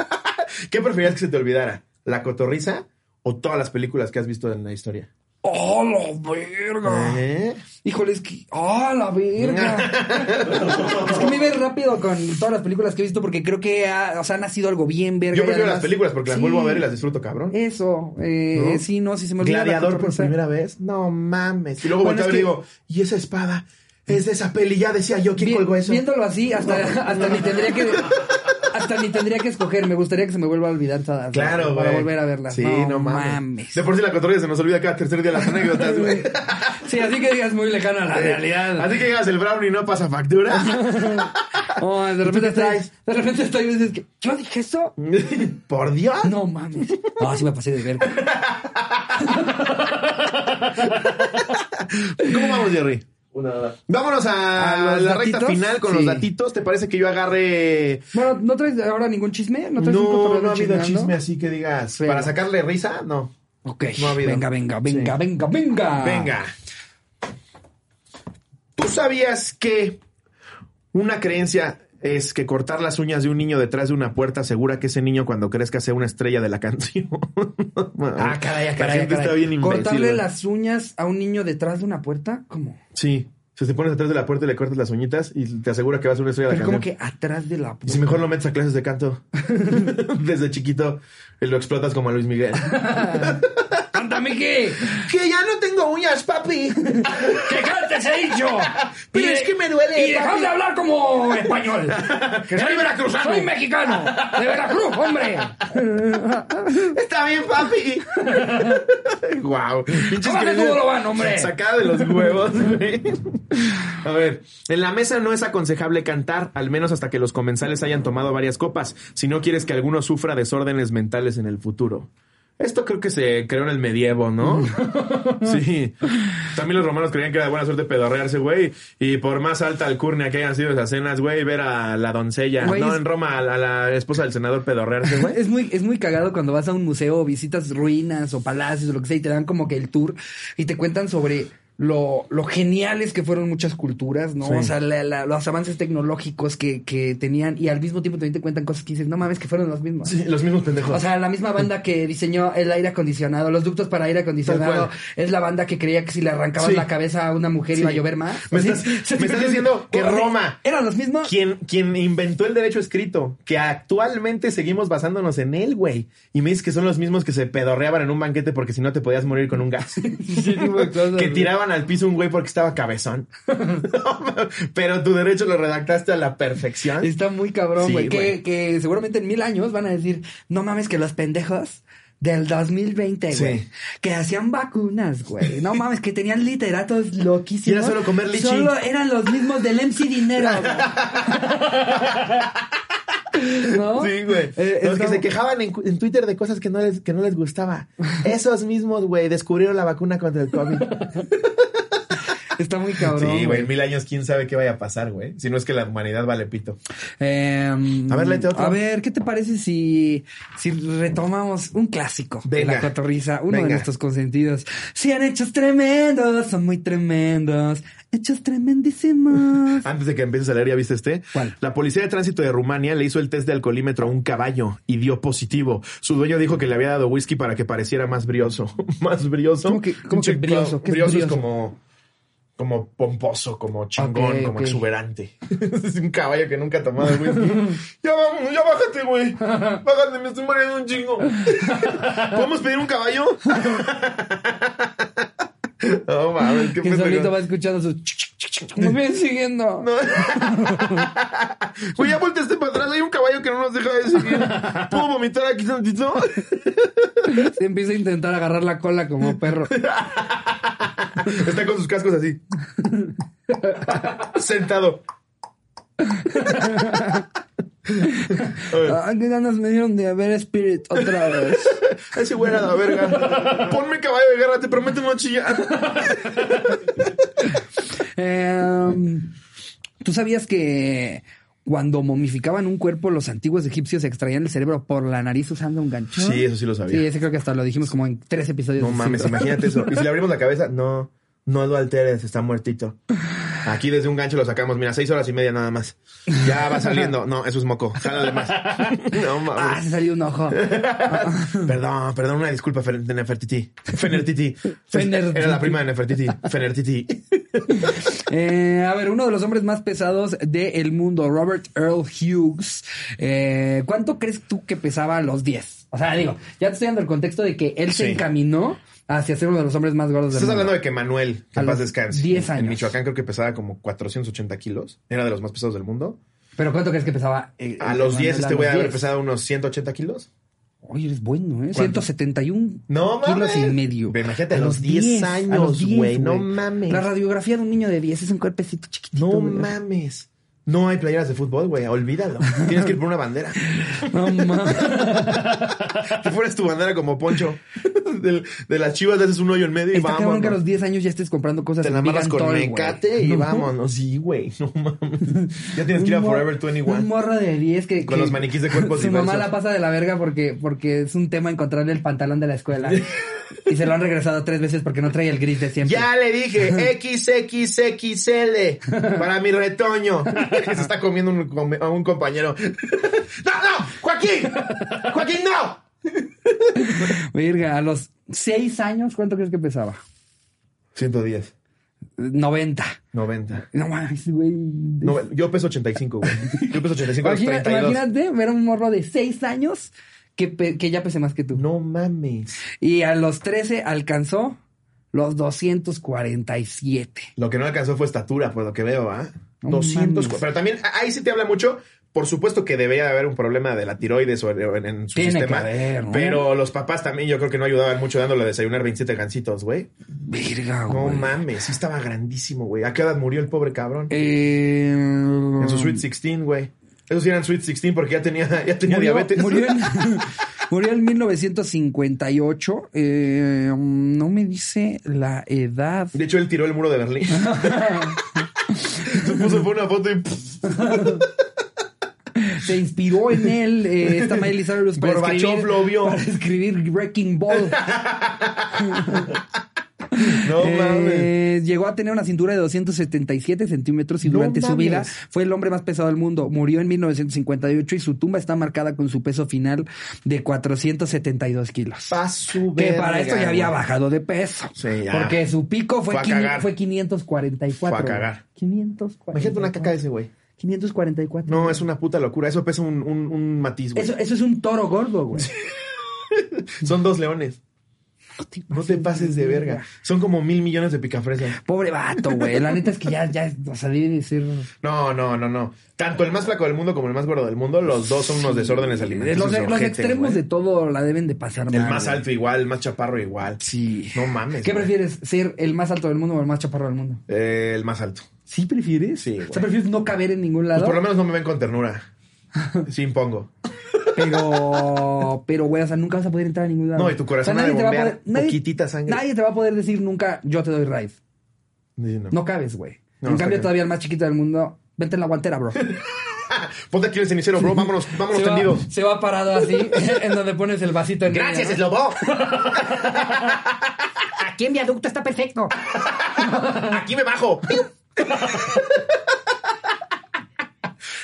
S1: ¿Qué preferías que se te olvidara? ¿La cotorriza o todas las películas que has visto en la historia?
S2: ¡Oh, la verga!
S1: ¿Eh?
S2: Híjole, es que... ¡Oh, la verga!
S1: *laughs*
S2: es que me iba rápido con todas las películas que he visto porque creo que ha, o sea, han nacido algo bien verga.
S1: Yo
S2: y
S1: prefiero las
S2: además-
S1: películas porque las
S2: Sí.
S1: vuelvo a ver y las disfruto, cabrón.
S2: Eso. Eh,
S1: ¿No?
S2: Sí, no, sí se me olvida la
S1: Gladiador por
S2: cotorriza.
S1: primera vez. No mames. Y luego
S2: Bueno, es
S1: volteo y
S2: que-
S1: digo, ¿y esa espada? Es de esa peli, ya decía yo, ¿quién
S2: Vi-
S1: colgó eso?
S2: Viéndolo así, hasta, *laughs* hasta ni tendría que. Hasta ni tendría que escoger. Me gustaría que se me vuelva a olvidar todas.
S1: Claro, güey.
S2: Para volver a verlas.
S1: Sí, no, mames. De por sí la cotorriza se nos olvida cada tercer día las *laughs* anécdotas, güey.
S2: *laughs*
S1: Eh,
S2: Sí, así que digas muy lejano a la realidad.
S1: Así que llegas el brownie y no pasa factura.
S2: *laughs* Oh, de
S1: ¿Y tú qué
S2: repente estoy,
S1: traes?
S2: de repente estoy y dices que yo dije eso.
S1: *laughs* por Dios.
S2: No mames. No, sí me pasé de ver.
S1: ¿Cómo vamos, Jerry?
S3: Una hora.
S1: Vámonos a,
S2: ¿A los
S1: la
S2: datitos?
S1: recta final con
S2: Sí.
S1: los datitos. ¿Te parece que yo agarre
S2: Bueno, ¿no traes ahora ningún chisme? ¿No
S1: No,
S2: traes un
S1: no,
S2: cotorreo
S1: ha habido
S2: chismeando?
S1: chisme así que digas.
S2: Pero-
S1: Para sacarle risa, no.
S2: Ok.
S1: No ha habido.
S2: venga, venga, venga,
S1: Sí.
S2: venga, venga.
S1: Venga. ¿Tú sabías que una creencia es que cortar las uñas de un niño detrás de una puerta asegura que ese niño cuando crezca sea una estrella de la *laughs* canción?
S2: Ah, caray, ah, caray. ah,
S1: La gente
S2: caray.
S1: está bien imbécil,
S2: Cortarle
S1: güey.
S2: las uñas a un niño detrás de una puerta, ¿cómo?
S1: Sí. O sea, te pones atrás de la puerta y le cortas las uñitas y te asegura que va a ser una estrella de la
S2: Pero como
S1: canción.
S2: que atrás de la
S1: Y si mejor lo metes a clases
S2: *laughs*
S1: de canto *laughs* desde chiquito y lo explotas como a Luis Miguel.
S2: ¡Cántame qué!
S1: que ya no tengo uñas, papi. *laughs*
S2: ¡Que cantes he *laughs* dicho!
S1: Pero es que me duele,
S2: Y dejad
S1: papi.
S2: de hablar como español. *laughs* Que soy
S1: veracruzano.
S2: Soy mexicano. De Veracruz, hombre.
S1: Está bien, papi. wow.
S2: Cómate tu bolobán, hombre.
S1: *laughs* Sacada de los huevos, güey. A ver, en la mesa no es aconsejable cantar, al menos hasta que los comensales hayan tomado varias copas, si no quieres que alguno sufra desórdenes mentales en el futuro. Esto creo que se creó en el medievo,
S2: *laughs*
S1: ¿no? sí. También los romanos creían que era de buena suerte pedorrearse, güey. Y por más alta alcurnia que hayan sido esas cenas, güey, ver a la doncella.
S2: Güey,
S1: no,
S2: es-
S1: en Roma, a la, a la esposa del senador pedorrearse, güey.
S2: Es muy, es muy cagado cuando vas a un museo, visitas ruinas o palacios o lo que sea, y te dan como que el tour y te cuentan sobre lo, lo geniales que fueron muchas culturas, ¿no?
S1: Sí.
S2: O sea, la- la- los avances tecnológicos que, que tenían y al mismo tiempo también te cuentan cosas que dices, no mames, que fueron los mismos.
S1: Sí, los mismos pendejos.
S2: O sea, la misma banda que diseñó el aire acondicionado, los ductos para aire
S1: Tal
S2: acondicionado,
S1: cual.
S2: es la banda que creía que si le arrancabas
S1: Sí.
S2: la cabeza a una mujer
S1: Sí.
S2: iba a llover más.
S1: Me
S2: O *laughs* sea,
S1: estás-
S2: o sea,
S1: me estás diciendo que Roma-
S2: ¿Eran los mismos? *laughs*
S1: quien, quien inventó el derecho escrito, que actualmente seguimos basándonos en él, güey. Y me dices que son los mismos que se pedorreaban en un banquete porque si no te podías morir con un gas. *laughs* que tiraban al piso un güey porque estaba cabezón. Pero tu derecho lo redactaste a la perfección.
S2: *laughs* Está muy cabrón,
S1: Sí,
S2: güey. que,
S1: güey.
S2: que seguramente en mil años van a decir, no mames que los pendejos del 2020,
S1: Sí.
S2: güey. Que hacían vacunas, güey.
S1: *laughs*
S2: No mames, que tenían literatos loquísimos.
S1: Y era solo comer lichi.
S2: Solo eran los mismos del MC Dinero,
S1: *laughs*
S2: güey. *laughs* ¿No?
S1: Sí, güey.
S2: Eh,
S1: los
S2: está-
S1: que se quejaban en, en Twitter de cosas que no les, que no les
S2: *laughs*
S1: gustaba. Esos mismos, güey, descubrieron la vacuna contra el COVID. *laughs*
S2: Está muy cabrón.
S1: sí, güey, en mil años quién sabe qué vaya a pasar, güey. Si no es que la humanidad vale pito.
S2: Em,
S1: A ver, léete otro.
S2: A ver, ¿qué te parece si, si retomamos un clásico de
S1: Venga.
S2: la cotorriza? Uno de
S1: Venga.
S2: nuestros consentidos. Si han hechos tremendos, son muy tremendos. Hechos
S1: *laughs*
S2: tremendísimos.
S1: Antes de que empieces a leer, ¿ya viste este?
S2: ¿Cuál?
S1: La policía de tránsito de Rumania le hizo el test de alcoholímetro a un caballo y dio positivo. Su dueño dijo que le había dado whisky para que pareciera más brioso. *laughs* ¿Más brioso?
S2: ¿Cómo que- cómo que
S1: Chico,
S2: brioso? ¿Qué es
S1: brioso es,
S2: brioso?
S1: como, como pomposo, como chingón,
S2: Ok,
S1: como
S2: ok.
S1: exuberante. *laughs* es un caballo que nunca ha
S2: *laughs*
S1: tomado whisky. ya vamos, ya bájate, güey. Bájate, me estoy muriendo
S2: *laughs*
S1: un chingo. ¿Podemos pedir un caballo? *laughs* No mames, qué
S2: que solito
S1: pendejo.
S2: va escuchando su... chuc, chuc, chuc, chuc. Nos vienen siguiendo.
S1: No. Güey, ya volteaste para atrás. Hay un caballo que no nos deja de seguir. ¿Puedo vomitar aquí tantito?
S2: Se empieza a intentar agarrar la cola como perro.
S1: Está con sus cascos así. Sentado. *laughs* A ver.
S2: Ah, qué ganas me dieron de ver Spirit otra vez.
S1: Ese güey era la verga. Ponme caballo de guerra, te prometo no chillar.
S2: Em, ¿Tú sabías que cuando momificaban un cuerpo, los antiguos egipcios extraían el cerebro por la nariz usando un gancho?
S1: Sí, eso sí lo sabía.
S2: Sí, ese creo que hasta lo dijimos como en tres episodios.
S1: No
S2: de
S1: mames,
S2: Simpson.
S1: imagínate eso. Y si le abrimos la cabeza, no, no lo alteres, está muertito. Aquí desde un gancho lo sacamos, mira, seis horas y media nada más. Ya va saliendo. No, eso es moco. Jala de más. No
S2: *laughs* Ah,
S1: mames.
S2: se salió un ojo. Mm.
S1: Perdón, perdón, una disculpa, Fer- de
S2: *laughs*
S1: Nefertiti. Fenertiti.
S2: Fenertiti.
S1: Era la prima de Nefertiti.
S2: *laughs*
S1: Fenertiti.
S2: Eh, a ver, uno de los hombres más pesados del mundo, Robert Earl Hughes. Eh, ¿Cuánto crees tú que pesaba a los 10? O sea, digo, ya te estoy dando el contexto de que él se
S1: Sí.
S2: encaminó hacia ser uno de los hombres más gordos del
S1: Estás
S2: mundo.
S1: hablando de que Manuel, que
S2: A
S1: en
S2: los
S1: paz descanse.
S2: 10
S1: en-
S2: años.
S1: En Michoacán creo que pesaba como 480 kilos. Era de los más pesados del mundo.
S2: Pero ¿cuánto crees que pesaba? eh,
S1: A los 10
S2: Manuel
S1: este güey
S2: los
S1: debe haber
S2: 10?
S1: pesado unos 180 kilos.
S2: Oye, eres bueno, ¿eh?
S1: ¿Cuánto?
S2: 171
S1: No
S2: kilos
S1: mames.
S2: y medio.
S1: Ve, imagínate, a los 10 años,
S2: a los 10,
S1: güey, no mames.
S2: La radiografía de un niño de 10 es un cuerpecito chiquitito.
S1: No
S2: güey.
S1: mames. No hay playeras de fútbol, güey. Olvídalo. Tienes que ir por
S2: *laughs*
S1: una bandera. *laughs*
S2: No mames.
S1: Si fueras tu bandera como poncho del- de las chivas, le haces un hoyo en medio y
S2: Está cabrón
S1: vamos.
S2: que a los 10 años ya estés comprando cosas
S1: Te
S2: en
S1: la amarras
S2: Big
S1: con
S2: Antol, güey.
S1: mecate y
S2: No.
S1: vámonos. Sí, güey. No mames. Ya tienes que ir a
S2: Un mor-
S1: Forever
S2: Un
S1: 21.
S2: morro de 10 que...
S1: Con
S2: que
S1: los
S2: *laughs*
S1: maniquís de cuerpos
S2: Su mamá
S1: diversos.
S2: la pasa de la verga porque, porque es un tema encontrarle el pantalón de la escuela. y se lo han regresado tres veces porque no trae el gris de siempre.
S1: Ya le dije XXXL para mi retoño. *laughs* Se está comiendo un com- a un compañero. *laughs* ¡No, no! ¡Joaquín! ¡Joaquín, no!
S2: Virga, a los 6 años, ¿cuánto crees que pesaba?
S1: 110,
S2: 90.
S1: 90.
S2: No mames, güey.
S1: No, yo peso 85, güey. Yo peso 85 a los
S2: Imagina-
S1: 32.
S2: imagínate ver a un morro de 6 años que, pe- que ya pese más que tú.
S1: No mames.
S2: Y a los 13 alcanzó los 247.
S1: Lo que no alcanzó fue estatura, por lo que veo, ¿ah?
S2: No
S1: 200.
S2: mames.
S1: Pero también a- ahí sí te habla mucho. Por supuesto que debería de haber un problema de la tiroides o en, en su
S2: Tiene que
S1: sistema.
S2: haber, ¿no?
S1: Pero los papás también yo creo que no ayudaban mucho dándole a desayunar 27 gancitos, güey.
S2: Virga,
S1: No
S2: güey.
S1: mames, sí estaba grandísimo, güey. ¿A qué edad murió el pobre cabrón?
S2: Eh,
S1: En su Sweet 16, güey. Esos sí eran Sweet 16 porque ya tenía, ya tenía
S2: murió,
S1: *laughs* diabetes.
S2: murió en, Murió en 1958. Eh, no me dice la edad.
S1: De hecho, él tiró el muro
S2: *laughs*
S1: de Berlín. Se puso fue una foto y pff,
S2: Se inspiró en él eh, esta Miley Cyrus para
S1: Gorbachev
S2: escribir,
S1: lo vio.
S2: para escribir Wrecking
S1: *laughs*
S2: Ball.
S1: no
S2: Eh,
S1: mames.
S2: llegó a tener una cintura de 277 centímetros y
S1: No
S2: durante su vida
S1: mames.
S2: fue el hombre más pesado del mundo. Murió en 1958 y su tumba está marcada con su peso final de 472 kilos.
S1: Pa' su
S2: Que
S1: verga,
S2: para esto ya había
S1: güey.
S2: bajado de peso.
S1: Sí, ya.
S2: Porque su pico fue,
S1: Fue a
S2: quin-
S1: cagar.
S2: fue 544.
S1: Fue a cagar.
S2: 544.
S1: Imagínate una caca de ese güey.
S2: 544.
S1: No, es una puta locura. Eso pesa un, un, un matiz, güey.
S2: Eso, eso es un toro gordo, güey.
S1: Son dos leones. *laughs* No te pases de verga. Son como mil millones de picafresas.
S2: Pobre vato, güey. La neta es que ya, ya, o sea, debe de ser.
S1: No, no, no, no. Tanto el más flaco del mundo como el más gordo del mundo, los dos son unos desórdenes alimenticios.
S2: Los, los
S1: ojete,
S2: extremos de
S1: güey.
S2: todo la deben de pasar
S1: El
S2: mal,
S1: más
S2: güey.
S1: alto igual, el más chaparro igual.
S2: Sí.
S1: No mames.
S2: ¿Qué
S1: güey.
S2: prefieres? ¿Ser el más alto del mundo o el más chaparro del mundo?
S1: Eh, el más alto.
S2: ¿Sí prefieres?
S1: Sí, güey.
S2: O sea, prefieres no caber en ningún
S1: Pues
S2: lado.
S1: por lo menos no me ven con ternura.
S2: *laughs*
S1: Sí, impongo.
S2: Pero, pero, güey, o sea, nunca vas a poder entrar a ningún lado.
S1: No, y tu corazón ha
S2: te
S1: de
S2: va a
S1: bombear
S2: poder- nadie-
S1: poquitita sangre.
S2: Nadie te va a poder decir nunca, yo te doy ride.
S1: Sí, no.
S2: No cabes, güey.
S1: No,
S2: en
S1: está
S2: cambio,
S1: bien.
S2: todavía el más chiquito del mundo, vente en la guantera,
S1: *laughs*
S2: bro.
S1: Ponte aquí el
S2: *laughs*
S1: cenicero, bro. Vámonos, vámonos
S2: se, va,
S1: tendidos.
S2: se va parado así, *laughs* en donde pones el vasito en medio,
S1: Gracias,
S2: ¿no?
S1: Slobo.
S2: *laughs* Aquí en viaducto está perfecto.
S1: *laughs* Aquí me bajo.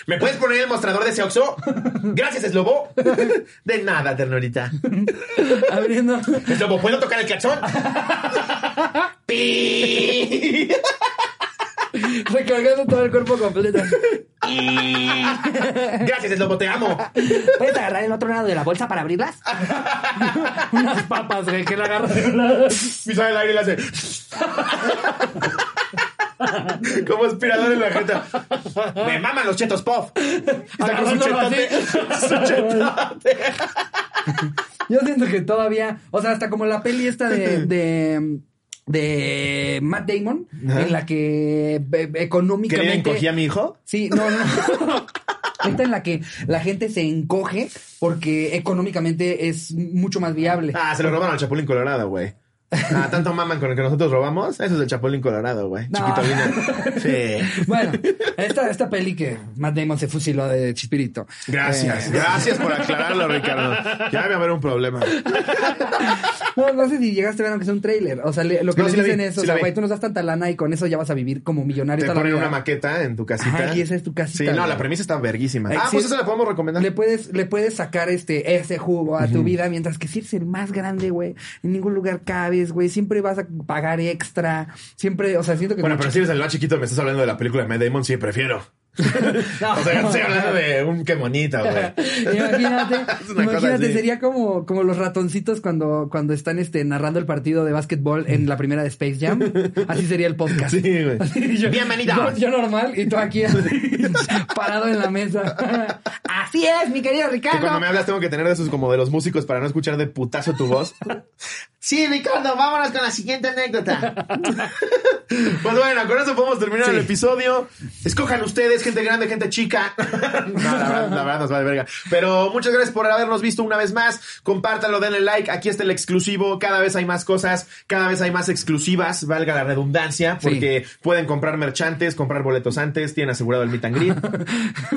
S1: ¿Me puedes poner el mostrador de ese oxo? Gracias, Slobo. De nada, ternurita.
S2: *laughs* Abriendo.
S1: Slobo, ¿puedo tocar
S2: *laughs*
S1: el claxon? Pi.
S2: Recargando todo el cuerpo completo.
S1: Gracias, Slobo, te amo.
S2: ¿Puedes agarrar el otro lado de la bolsa para abrirlas? Unas papas, güey, que la
S1: *laughs*
S2: agarras de un lado.
S1: Y sale el aire y le *laughs* hace. Como aspirador en la jeta. Me maman los chetos pop. Está con su
S2: Agarrándolo
S1: chetote.
S2: así.
S1: Su *laughs* chetote.
S2: Yo siento que todavía, o sea, hasta como la peli esta de, de, de Matt Damon, en la que eh,
S1: ¿Que le
S2: económicamente...
S1: encogí a mi hijo?
S2: Sí, no, no. *laughs* Esta en la que la gente se encoge porque económicamente es mucho más viable.
S1: Ah, se lo robaron al Chapulín Colorado, güey. Ah, tanto maman con el que nosotros robamos. Eso es el Chapulín Colorado, güey.
S2: No. *laughs*
S1: Chiquitolina. Sí.
S2: Bueno, esta, esta peli que Matt Damon se fusiló de Chispirito.
S1: Gracias,
S2: Eh,
S1: gracias por aclararlo, Ricardo. Ya va a haber un problema.
S2: No, no sé si llegaste a ver aunque sea un tráiler. O sea, le- lo que
S1: No,
S2: les
S1: sí la
S2: dicen
S1: vi,
S2: es,
S1: sí
S2: o
S1: la
S2: sea,
S1: vi.
S2: güey, tú nos das tanta lana y con eso ya vas a vivir como millonario
S1: Te
S2: toda la
S1: ponen
S2: vida.
S1: una maqueta en tu casita.
S2: Ajá, y esa es tu casita,
S1: Sí, no,
S2: güey.
S1: la premisa está verguísima.
S2: Eh,
S1: Ah,
S2: sí.
S1: pues esa la podemos recomendar.
S2: Le puedes, le puedes sacar este, ese jugo a tu vida, mientras que si eres el más grande, güey, en ningún lugar cabes, güey, siempre vas a pagar extra, siempre, o sea, siento que...
S1: Bueno, pero si eres el más chiquito, me estás hablando de la película de Matt Damon, sí, prefiero.
S2: *laughs* No.
S1: O sea, yo estoy hablando de un qué bonita, güey.
S2: Imagínate,
S1: *laughs* Es una cosa
S2: imagínate
S1: así.
S2: sería como, como los ratoncitos cuando, cuando están este, narrando el partido de básquetbol en la primera de Space
S1: *laughs*
S2: Jam. Así sería el podcast.
S1: Sí, güey.
S2: Así, yo-
S1: Bienvenidos.
S2: Yo, yo normal y tú aquí
S1: *laughs*
S2: así, parado en la mesa. *laughs* Así es, mi querido
S1: Que cuando
S2: Ricardo.
S1: me hablas tengo que tener de esos como de los músicos para no escuchar de putazo tu voz. Sí, Ricardo, vámonos con la
S2: *laughs*
S1: siguiente anécdota. pues bueno, con eso podemos terminar
S2: Sí.
S1: el episodio. Escojan ustedes, gente grande, gente chica. *laughs* no, la verdad, la verdad nos vale verga. Pero muchas gracias por habernos visto una vez más. Compártanlo, denle like. Aquí está el exclusivo. Cada vez hay más cosas, cada vez hay más exclusivas, valga la redundancia,
S2: Sí.
S1: porque pueden comprar merchantes, comprar boletos antes, tienen asegurado el meet and greet.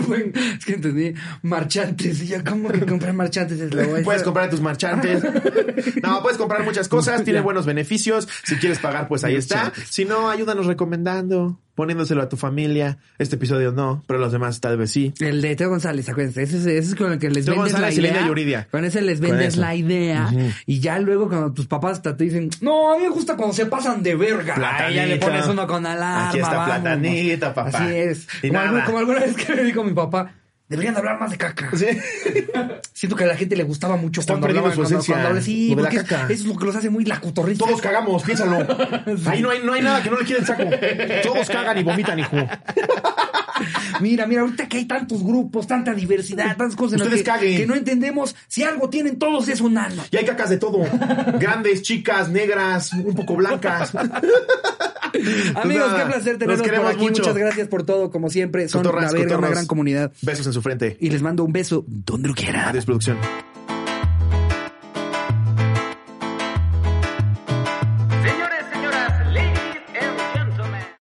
S2: *laughs* Güey, es que entendí marchantes. Y yo, ¿cómo que compré marchantes? Es lo
S1: Puedes
S2: eso.
S1: comprar tus marchantes. No, puedes comprar muchas cosas,
S2: *laughs*
S1: tiene
S2: Ya.
S1: buenos beneficios. Si quieres pagar, pues ahí está. Si no, ayúdanos recomendando, poniéndoselo a tu familia. Este episodio no, pero los demás tal vez sí.
S2: El de Teo González, acuérdense, ese es, ese es con el que les
S1: Teo
S2: vendes
S1: González y
S2: la idea.
S1: Linda Yuridia.
S2: Con ese les
S1: Con
S2: vendes
S1: eso.
S2: la idea. Y ya luego cuando tus papás hasta te dicen, no, a mí me gusta cuando se pasan de verga.
S1: Platanita.
S2: Ahí ya le pones uno con alarma.
S1: Aquí está
S2: vámonos.
S1: Platanita, papá.
S2: Así es.
S1: Y
S2: Como, algún-
S1: nada.
S2: como alguna vez que me dijo mi papá, deberían de hablar más de caca.
S1: Sí.
S2: Siento que a la gente le gustaba mucho
S1: Están
S2: cuando
S1: perdiendo
S2: hablaban,
S1: su
S2: cuando,
S1: esencia,
S2: cuando hablan- Sí,
S1: lo de la
S2: porque
S1: caca.
S2: eso es lo que los hace muy lacutorristas.
S1: Todos cagamos, piénsalo. Ahí no hay, no hay nada que no le quieren saco. Todos cagan y vomitan, hijo.
S2: Mira, mira, ahorita que hay tantos grupos, tanta diversidad, tantas cosas en las
S1: Ustedes
S2: que,
S1: caguen.
S2: que no entendemos, si algo tienen todos es un ano.
S1: Y hay cacas de todo. Grandes, chicas, negras, un poco blancas.
S2: Amigos,
S1: Pues Nada,
S2: qué placer
S1: los
S2: tenerlos por
S1: queremos
S2: aquí.
S1: mucho.
S2: Muchas gracias por todo, como siempre. Son una
S1: Cotorras,
S2: verga, una
S1: cotorros.
S2: gran comunidad.
S1: Besos en su frente.
S2: Y les mando un beso donde lo quieran.
S1: Adiós, producción.